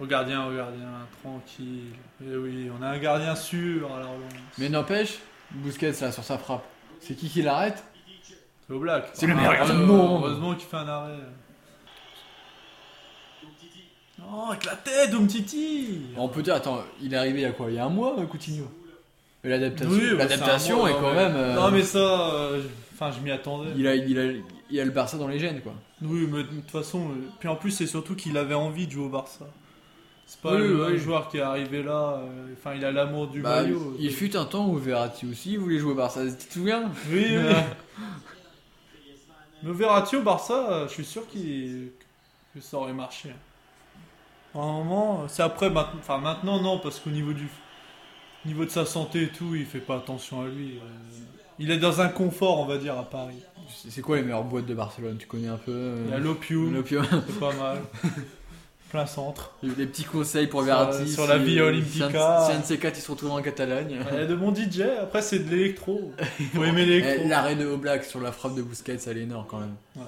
S4: Au gardien, au gardien, tranquille. Eh oui, on a un gardien sûr, alors on-
S6: Mais n'empêche, Busquets là sur sa frappe, c'est qui qui l'arrête
S4: c'est au black.
S6: C'est le
S4: Ah,
S6: meilleur gardien
S4: heureusement-
S6: du monde.
S4: Heureusement qu'il fait un arrêt. Non, Oh, avec la tête, Umtiti
S6: On peut dire, attends, il est arrivé il y a quoi Il y a un mois, euh, Coutinho Mais l'adaptation,
S4: Oui, bah,
S6: l'adaptation
S4: c'est un
S6: est
S4: mot,
S6: quand
S4: non,
S6: même.
S4: mais-
S6: euh,
S4: Non, mais ça, euh, je- enfin, je m'y attendais.
S6: il, a, il, a, il a le Barça dans les gènes quoi.
S4: Oui, mais de toute façon, euh, puis en plus, c'est surtout qu'il avait envie de jouer au Barça. C'est pas
S6: Oui,
S4: le
S6: oui.
S4: joueur qui est arrivé là, euh, enfin, il a l'amour du
S6: Bah,
S4: maillot.
S6: il fut un temps où Verratti aussi voulait jouer au Barça. Tu te souviens
S4: Oui, oui. Mais Verratti au Barça, euh, je suis sûr qu'il que ça aurait marché. À un moment, euh, c'est après, mainte- enfin maintenant non, parce qu'au niveau du niveau de sa santé et tout, il fait pas attention à lui. euh. Il est dans un confort, on va dire, à Paris.
S6: C'est c'est quoi les meilleures boîtes de Barcelone Tu connais un peu euh,
S4: Il y a l'opium,
S6: l'opium
S4: c'est pas mal. Plein centre.
S6: Les petits conseils pour
S4: Sur-
S6: Verratti.
S4: sur la
S6: si-
S4: Via Olympica.
S6: si un- Si un de ces quatre, ils se retrouve en Catalogne.
S4: Il y a de bon DJ, après c'est de l'électro. Faut aimer
S6: Eh,
S4: l'électro.
S6: L'arrêt de Oblak sur la frappe de Busquets, elle est énorme quand même.
S4: Ouais.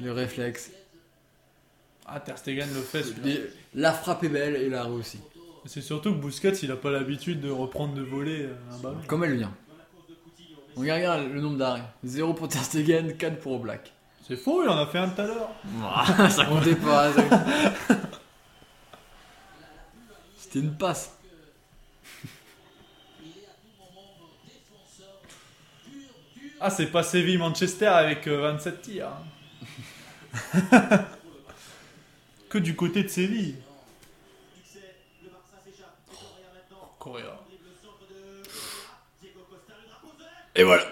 S6: Le réflexe.
S4: Ah, Ter Stegen le fait. celui-là.
S6: Des- La frappe est belle et l'arrêt aussi.
S4: C'est surtout que Busquets, il a pas l'habitude de reprendre de voler euh, un ballon.
S6: Comme elle vient. On regarde, regarde le nombre d'arrêts. 0 pour Ter Stegen, 4 pour Oblak.
S4: C'est faux, il en a fait un tout à l'heure.
S6: Ça comptait pas. ça- C'était une passe.
S4: Ah, c'est pas Séville-Manchester avec euh, 27 tirs. que du côté de Séville. Oh, Correa.
S2: Et voilà.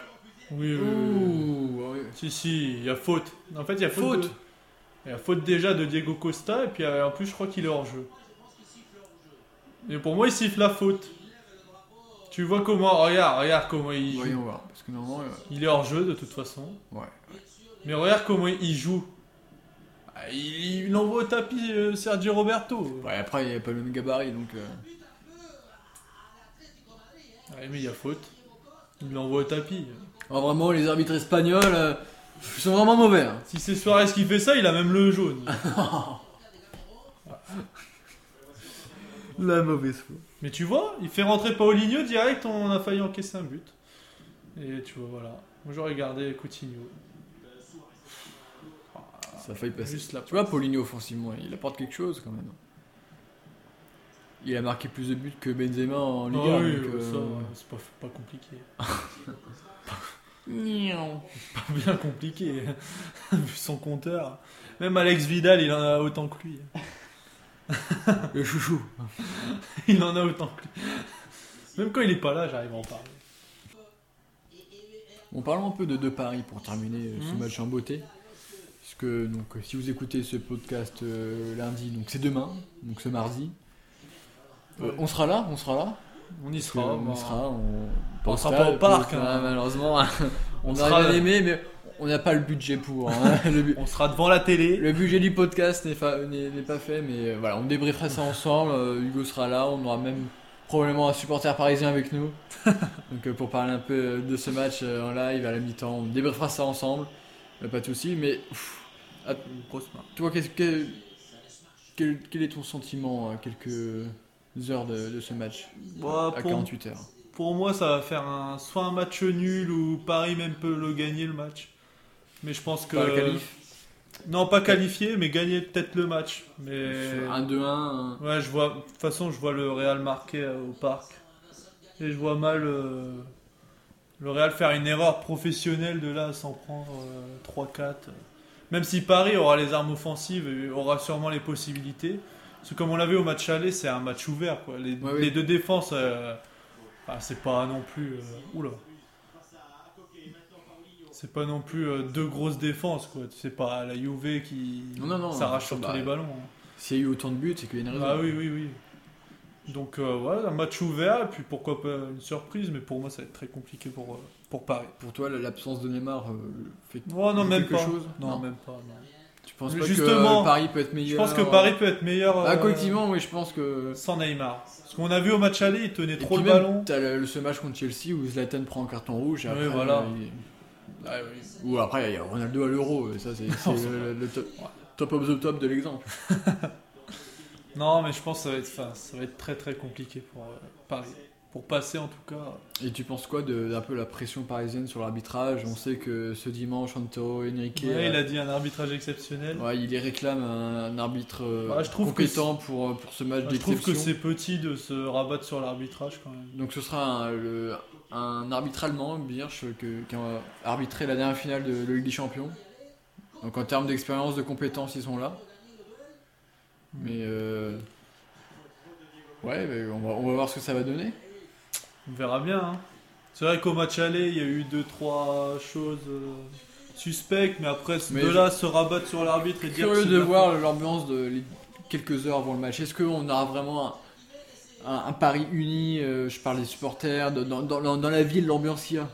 S4: Oui, oui, oui.
S6: Ouh, ouais.
S4: Si, si, il y a faute. En fait, il y a faute.
S6: Faute.
S4: de- Il y a faute déjà de Diego Costa, et puis euh, en plus, je crois qu'il est hors jeu. Et pour moi, il siffle la faute. Tu vois comment, regarde, regarde comment il joue.
S6: Voyons voir. Parce que normalement, euh,
S4: Il est hors jeu de toute façon.
S6: Ouais.
S4: Mais regarde comment il joue. Ah, Il, il envoie au tapis euh, Sergio Roberto.
S6: ouais, après, il n'y avait pas le même gabarit donc. euh,
S4: Ouais, mais il y a faute. Il l'envoie au tapis.
S6: Ah, vraiment, les arbitres espagnols euh, sont vraiment mauvais. hein.
S4: Si c'est Suarez qui fait ça, il a même le jaune.
S6: La mauvaise foi.
S4: mais tu vois, il fait rentrer Paulinho direct, on a failli encaisser un but. Et tu vois, voilà. Moi j'aurais gardé Coutinho.
S6: Ça a failli passer.
S4: Juste la
S6: tu vois, Paulinho, offensivement, il apporte quelque chose quand même. Il a marqué plus de buts que Benzema en Liga.
S4: Ah oui,
S6: donc,
S4: ouais,
S6: euh,
S4: ça, ouais, c'est pas, pas compliqué. pas bien compliqué, vu son compteur. Même Alex Vidal, il en a autant que lui.
S6: Le chouchou.
S4: Il en a autant que lui. Même quand il est pas là, j'arrive à en parler.
S6: Bon, parlons un peu de, de Paris pour terminer euh, ce
S4: Mhm.
S6: match en beauté. Puisque donc, euh, si vous écoutez ce podcast euh, lundi, donc c'est demain, donc ce mardi, euh, on sera là, on sera là.
S4: On y
S6: Parce que
S4: sera.
S6: on
S4: bah,
S6: sera, on,
S4: on sera
S6: sera
S4: pas au parc, hein.
S6: malheureusement, on,
S4: On
S6: sera
S4: sera-
S6: bien aimé, mais on n'a pas le budget pour. hein. le, bu-
S4: On sera devant la télé.
S6: le budget du podcast n'est fa- n'est n'est pas fait, mais euh, voilà, on débriefera ça ensemble. euh, Hugo sera là, on aura même probablement un supporter parisien avec nous. Donc euh, pour parler un peu euh, de ce match euh, en live à la mi-temps, on débriefera ça ensemble. Euh, pas de souci, mais pff, à-
S4: Grosse main.
S6: toi, qu'est-ce que quel, quel est ton sentiment à quelques heures de, de ce match
S4: Bah,
S6: à
S4: pour,
S6: 48 heures
S4: pour moi, ça va faire un, soit un match nul ou Paris même peut le gagner le match. Mais je pense que.
S6: Par le qualif
S4: Non, pas qualifié, mais gagner peut-être le match. Mais.
S6: euh, Un 2-1. un-
S4: Ouais, je vois. De toute façon, je vois le Real marqué euh, au parc. Et je vois mal euh, le Real faire une erreur professionnelle de là à s'en prendre euh, 3-4. Même si Paris aura les armes offensives et aura sûrement les possibilités. Parce que comme on l'a vu au match aller, c'est un match ouvert. Quoi. Les,
S6: Ouais, oui.
S4: les deux défenses, euh, ah, c'est pas non plus. euh, oula. C'est pas non plus euh, deux grosses défenses. quoi. C'est pas la Juve qui
S6: Non, non, non.
S4: s'arrache sur
S6: Bah,
S4: tous les ballons. hein.
S6: S'il y a eu autant de buts, c'est qu'il y a une raison.
S4: Ah oui, oui, oui. Donc, euh, ouais, un match ouvert, et puis pourquoi pas une surprise, mais pour moi, ça va être très compliqué pour, euh, pour Paris.
S6: Pour toi, l'absence de Neymar euh, fait
S4: Oh, non,
S6: Ou
S4: même
S6: quelque
S4: pas.
S6: chose
S4: non,
S6: Non.
S4: même pas. non.
S6: Tu penses
S4: Mais
S6: pas
S4: justement,
S6: que euh, Paris peut être
S4: Je
S6: meilleur
S4: pense que Paris peut être meilleur
S6: Ah,
S4: euh,
S6: collectivement, oui, je pense que.
S4: sans Neymar. Parce qu'on a vu au match aller, il tenait
S6: Et
S4: trop
S6: puis
S4: le
S6: même,
S4: ballon.
S6: T'as le, le- ce match contre Chelsea où Zlatan prend un carton rouge. Et
S4: Oui,
S6: après,
S4: voilà.
S6: euh, il- Ou après, il y a Ronaldo à euh, l'euro. Ça, c'est c'est le, le top, top of the top de l'exemple.
S4: Non, mais je pense que ça va être, enfin, ça va être très très compliqué pour euh, Paris. Pour passer en tout cas.
S6: Et tu penses quoi de- d'un peu la pression parisienne sur l'arbitrage On sait que ce dimanche, Antero Henrique,
S4: Ouais, il
S6: euh,
S4: a dit un arbitrage exceptionnel.
S6: ouais, il y réclame un, un arbitre euh,
S4: Bah, je trouve
S6: compétent pour, pour ce match
S4: je trouve que
S6: d'exception.
S4: c'est petit de se rabattre sur l'arbitrage quand même.
S6: Donc ce sera un, le- un arbitre allemand, Birch, que- qui a arbitré la dernière finale de la Ligue des Champions. Donc en termes d'expérience, de compétences, ils sont là. Mais euh, ouais, mais on, va, on va voir ce que ça va donner.
S4: On verra bien. hein. C'est vrai qu'au match aller, il y a eu deux trois choses euh, suspectes, mais après ce-
S6: Mais
S4: de
S6: je-
S4: là se rabattre sur l'arbitre et dire. que
S6: Curieux
S4: c'est
S6: de
S4: la
S6: voir l'ambiance de les quelques heures avant le match. Est-ce qu'on aura vraiment un, un- un pari uni euh, Je parle des supporters, de- dans, dans- dans- dans la ville, l'ambiance qu'il y a.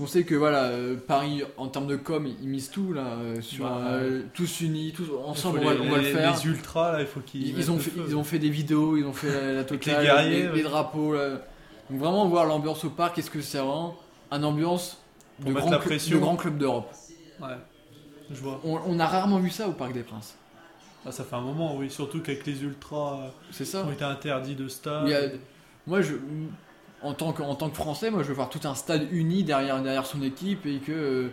S6: On sait que voilà, euh, Paris en termes de com, ils misent tout là, euh, sur
S4: Bah,
S6: euh, tous unis, tous
S4: faute.
S6: ensemble,
S4: Il
S6: on
S4: faut
S6: va,
S4: les-
S6: on va le
S4: les-
S6: faire.
S4: Les ultras là, il faut qu'ils.
S6: Ils, ils
S4: mettent
S6: ont
S4: le
S6: fait,
S4: feu.
S6: ils ont fait des vidéos, ils ont fait la, la totale, les,
S4: guerriers,
S6: les
S4: ouais.
S6: drapeaux. là. Donc vraiment voir l'ambiance au parc, est-ce que c'est vraiment une ambiance
S4: Pour
S6: de
S4: mettre
S6: grand,
S4: la
S6: cl-
S4: pression.
S6: de grand club d'Europe
S4: Ouais. Je vois.
S6: on, on a rarement vu ça au Parc des Princes.
S4: Ah, ça fait un moment, oui. Surtout qu'avec les ultras euh,
S6: C'est
S4: qui
S6: ça
S4: ont été interdits de stade.
S6: Il y a- euh, Moi, je, en, tant que, en tant que Français, moi, je veux voir tout un stade uni derrière, derrière son équipe et que, euh,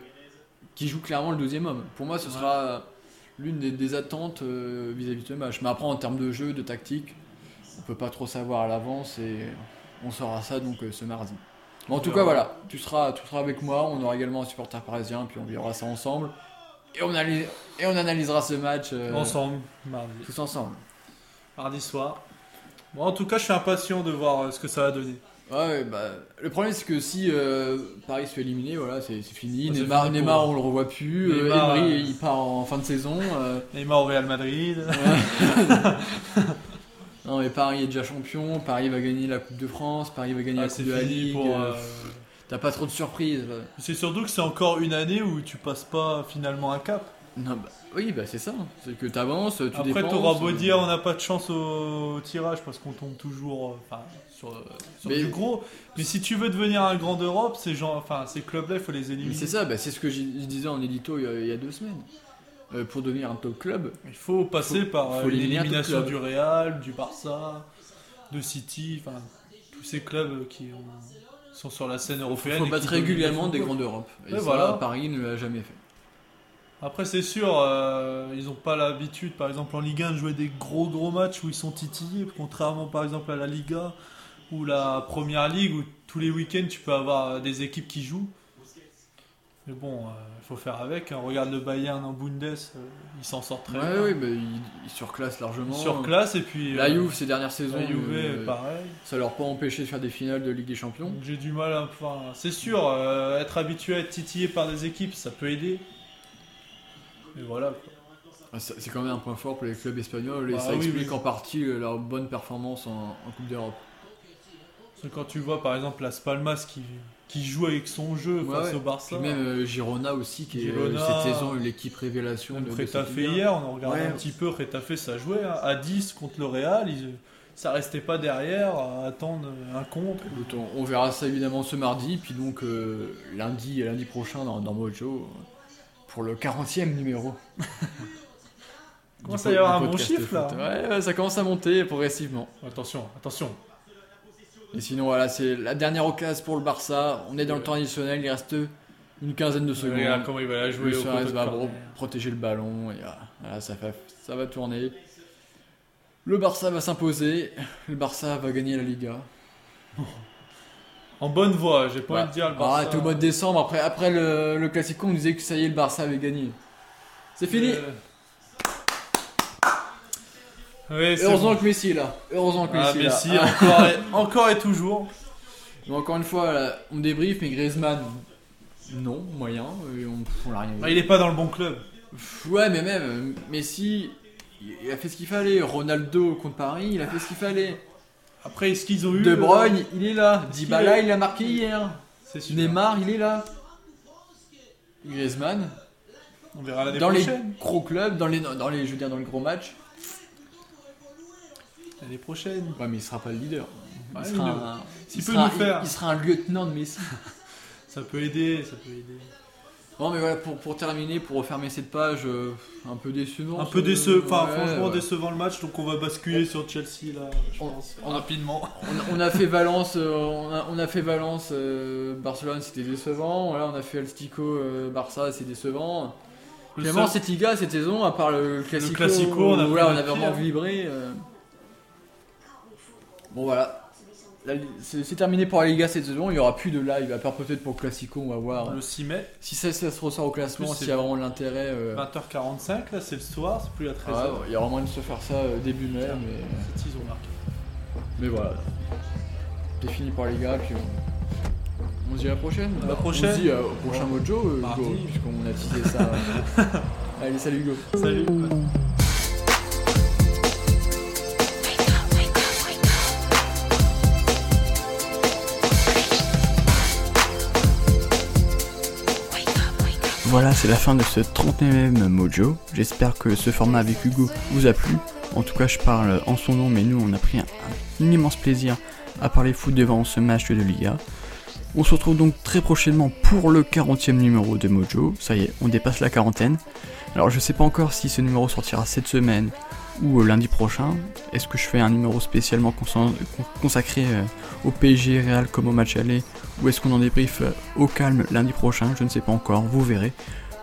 S6: qui joue clairement le deuxième homme. Pour moi, ce
S4: Ouais.
S6: sera l'une des, des attentes euh, vis-à-vis de ce match. Mais après, en termes de jeu, de tactique, on peut pas trop savoir à l'avance et on saura ça donc euh, ce mardi. Mais en tout cas, voilà, tu seras, tu seras avec moi, on aura également un supporter parisien, puis on verra ça ensemble. Et on, analy- et on analysera ce match euh,
S4: Ensemble, mardi.
S6: tous ensemble.
S4: mardi soir. Bon, en tout cas, je suis impatient de voir euh, ce que ça va donner.
S6: Ouais, bah, le problème c'est que si euh, Paris se fait éliminer, voilà, c'est c'est fini.
S4: Ah, c'est
S6: Neymar,
S4: fini pour-
S6: Neymar, on le revoit plus. Euh,
S4: Neymar,
S6: Emery,
S4: euh,
S6: il part en fin de saison. euh,
S4: Neymar au Real Madrid.
S6: non, mais Paris est déjà champion. Paris va gagner la Coupe de France. Paris va gagner
S4: Ah,
S6: la
S4: c'est
S6: Coupe de la
S4: fini
S6: Ligue.
S4: pour.
S6: euh,
S4: euh,
S6: T'as pas trop de surprises. euh. là.
S4: C'est surtout que c'est encore une année où tu passes pas finalement un cap.
S6: Non, bah, oui, bah c'est ça. C'est que t'avances, tu
S4: Après,
S6: dépenses,
S4: t'auras beau
S6: euh,
S4: dire on n'a pas de chance au, au tirage parce qu'on tombe toujours euh, enfin, sur, euh, sur
S6: Mais-
S4: du gros. Mais si tu veux devenir un grand d'Europe, ces gens, enfin ces clubs-là, il faut les
S6: mais
S4: éliminer.
S6: C'est ça, bah, c'est ce que j'ai- je disais en édito il y a, il y a deux semaines. Euh, pour devenir un top club,
S4: Il faut passer par euh,
S6: faut éliminer un
S4: l'élimination
S6: tout
S4: du
S6: club.
S4: Real, du Barça, de City, enfin tous ces clubs qui ont- sont sur la scène
S6: il
S4: européenne.
S6: faut
S4: et
S6: battre
S4: qui dominent
S6: régulièrement
S4: le
S6: des
S4: football.
S6: grandes Europes. Et
S4: Ouais,
S6: ça,
S4: voilà.
S6: Paris ne l'a jamais fait.
S4: Après, c'est sûr, euh, ils n'ont pas l'habitude, par exemple en Ligue 1, de jouer des gros gros matchs où ils sont titillés, contrairement par exemple à la Liga ou la Première Ligue où tous les week-ends tu peux avoir euh, des équipes qui jouent. Mais bon, euh, il faut faire avec. hein. Regarde le Bayern en Bundes, euh, il s'en sort très
S6: Ouais,
S4: bien.
S6: ouais, bah, il, il surclasse largement.
S4: Il surclasse et puis
S6: La
S4: euh,
S6: Juve ces dernières
S4: la
S6: saisons,
S4: Juve,
S6: euh,
S4: pareil.
S6: ça leur a pas empêché de faire des finales de Ligue des Champions.
S4: Donc j'ai du mal à. Enfin, c'est sûr, euh, être habitué à être titillé par des équipes, ça peut aider. Mais voilà. quoi.
S6: Ah, ça- C'est quand même un point fort pour les clubs espagnols et
S4: Bah
S6: ça
S4: oui,
S6: explique
S4: oui.
S6: en partie euh, leur bonne performance en, en Coupe d'Europe.
S4: Parce que quand tu vois par exemple Las Palmas qui, qui joue avec son jeu
S6: Ouais,
S4: face
S6: ouais.
S4: au Barça,
S6: Puis même euh, Girona aussi, qui est euh,
S4: Girona.
S6: cette saison l'équipe révélation
S4: même
S6: de, de
S4: Retafe
S6: cette Ligue un.
S4: hier, on en regardait
S6: Ouais.
S4: un petit peu, Retafe ça jouait hein. à 10 contre le Real, ils- ça restait pas derrière à attendre un contre.
S6: Écoute, on, on verra ça évidemment ce mardi, puis donc euh, lundi lundi prochain dans, dans Mojo euh, pour le 40e numéro.
S4: Comment
S6: Du
S4: ça
S6: po-
S4: y avoir
S6: du
S4: un bon
S6: podcast
S4: chiffre là
S6: foot. Ouais, ouais, ça commence à monter progressivement.
S4: Attention, attention.
S6: Et sinon, voilà, c'est la dernière occasion pour le Barça. On est dans le temps additionnel, il reste une quinzaine de secondes.
S4: Regarde comment il va la jouer
S6: Luis
S4: au
S6: Suarez
S4: poteau de
S6: va
S4: corner.
S6: pro- protéger le ballon, et voilà, voilà, ça, va- ça va tourner. Le Barça va s'imposer, le Barça va gagner la Liga.
S4: En bonne voie, j'ai pas
S6: Ouais.
S4: envie de dire le
S6: Ah,
S4: Barça. hein.
S6: t'es au mois de décembre, après, après le, le Classico, on disait que ça y est, le Barça avait gagné. C'est fini
S4: Euh, Ouais, c'est
S6: Heureusement
S4: bon.
S6: que Messi est là. Heureusement que
S4: Ah,
S6: Messi est là.
S4: Messi,
S6: Ah.
S4: encore, et, encore et toujours.
S6: Mais encore une fois, là, on débriefe, mais Griezmann, non, moyen, et on, on l'a rien vu.
S4: Ah, Il est pas dans le bon club.
S6: Ouais, mais même, euh, Messi, il a fait ce qu'il fallait. Ronaldo contre Paris, il a fait ce qu'il fallait.
S4: Après, est-ce qu'ils ont eu.
S6: De
S4: euh,
S6: Bruyne, il est là.
S4: qu'il
S6: Dybala,
S4: est-
S6: il a marqué hier.
S4: euh, C'est sûr.
S6: Neymar, il est là. Griezmann,
S4: On verra l'année
S6: dans les
S4: prochaine.
S6: gros clubs, dans les, dans les, je veux dire, dans les gros matchs.
S4: L'année prochaine.
S6: Ouais, mais il sera pas le leader.
S4: Ouais,
S6: il, sera
S4: il ne-
S6: un,
S4: s'il
S6: il
S4: peut
S6: sera-
S4: nous faire.
S6: il- il sera un lieutenant de Messi.
S4: Ça peut aider, ça peut aider.
S6: Non, mais voilà, pour, pour terminer, pour refermer cette page euh, un peu décevant.
S4: Un peu décevant, enfin
S6: Ouais,
S4: franchement
S6: ouais.
S4: décevant le match, donc on va basculer sur Chelsea là, je pense, rapidement.
S6: On, on a fait Valence, euh, on, a, on a fait Valence, euh, Barcelone, c'était décevant. Voilà, on a fait Alstico, euh, Barça, c'est décevant.
S4: Le
S6: Finalement,
S4: seul-
S6: cette Liga, cette saison, à part le Classico,
S4: Classico,
S6: où,
S4: on a
S6: voilà,
S4: pris
S6: on
S4: le
S6: avait vraiment
S4: pire.
S6: vibré. euh. Bon, voilà. La Li- C'est c'est terminé pour la Liga cette saison. Il n'y aura plus de live, à part peut-être pour le Classico, on va voir.
S4: le 6 mai,
S6: Si ça, ça se ressort au classement,
S4: Plus, c'est-
S6: s'il y a vraiment de l'intérêt. euh,
S4: 20h45, là c'est le soir, c'est plus à 13h.
S6: ah ouais, il y aura moins de se faire ça euh, début mai, mais,
S4: ils ont marqué.
S6: mais voilà. C'est fini pour les gars, puis on, on se dit à la prochaine.
S4: À la
S6: Bah, On
S4: prochaine.
S6: se dit euh, au prochain mojo, euh,
S4: Mardi.
S6: Hugo, puisqu'on a teasé ça. Allez, salut Hugo.
S4: Salut.
S1: Voilà, c'est la fin de ce 39e Mojo. J'espère que ce format avec Hugo vous a plu. En tout cas, je parle en son nom, mais nous, on a pris un, un immense plaisir à parler foot devant ce match de Liga. On se retrouve donc très prochainement pour le 40e numéro de Mojo. Ça y est, on dépasse la quarantaine. Alors, je sais pas encore si ce numéro sortira cette semaine ou euh, lundi prochain. Est-ce que je fais un numéro spécialement consen- con- consacré euh, au PSG Real comme au match aller ou est-ce qu'on en débrief euh, au calme lundi prochain Je ne sais pas encore, vous verrez.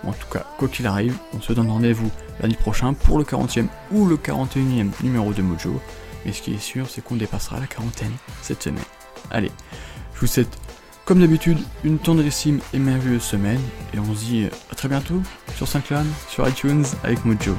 S1: En tout cas, quoi qu'il arrive, on se donne rendez-vous lundi prochain pour le 40e ou le 41e numéro de Mojo. Mais ce qui est sûr, c'est qu'on dépassera la quarantaine cette semaine. Allez, je vous souhaite, comme d'habitude, une tendrissime et merveilleuse semaine. Et on se dit euh, à très bientôt sur Saint-Clan, sur iTunes avec Mojo.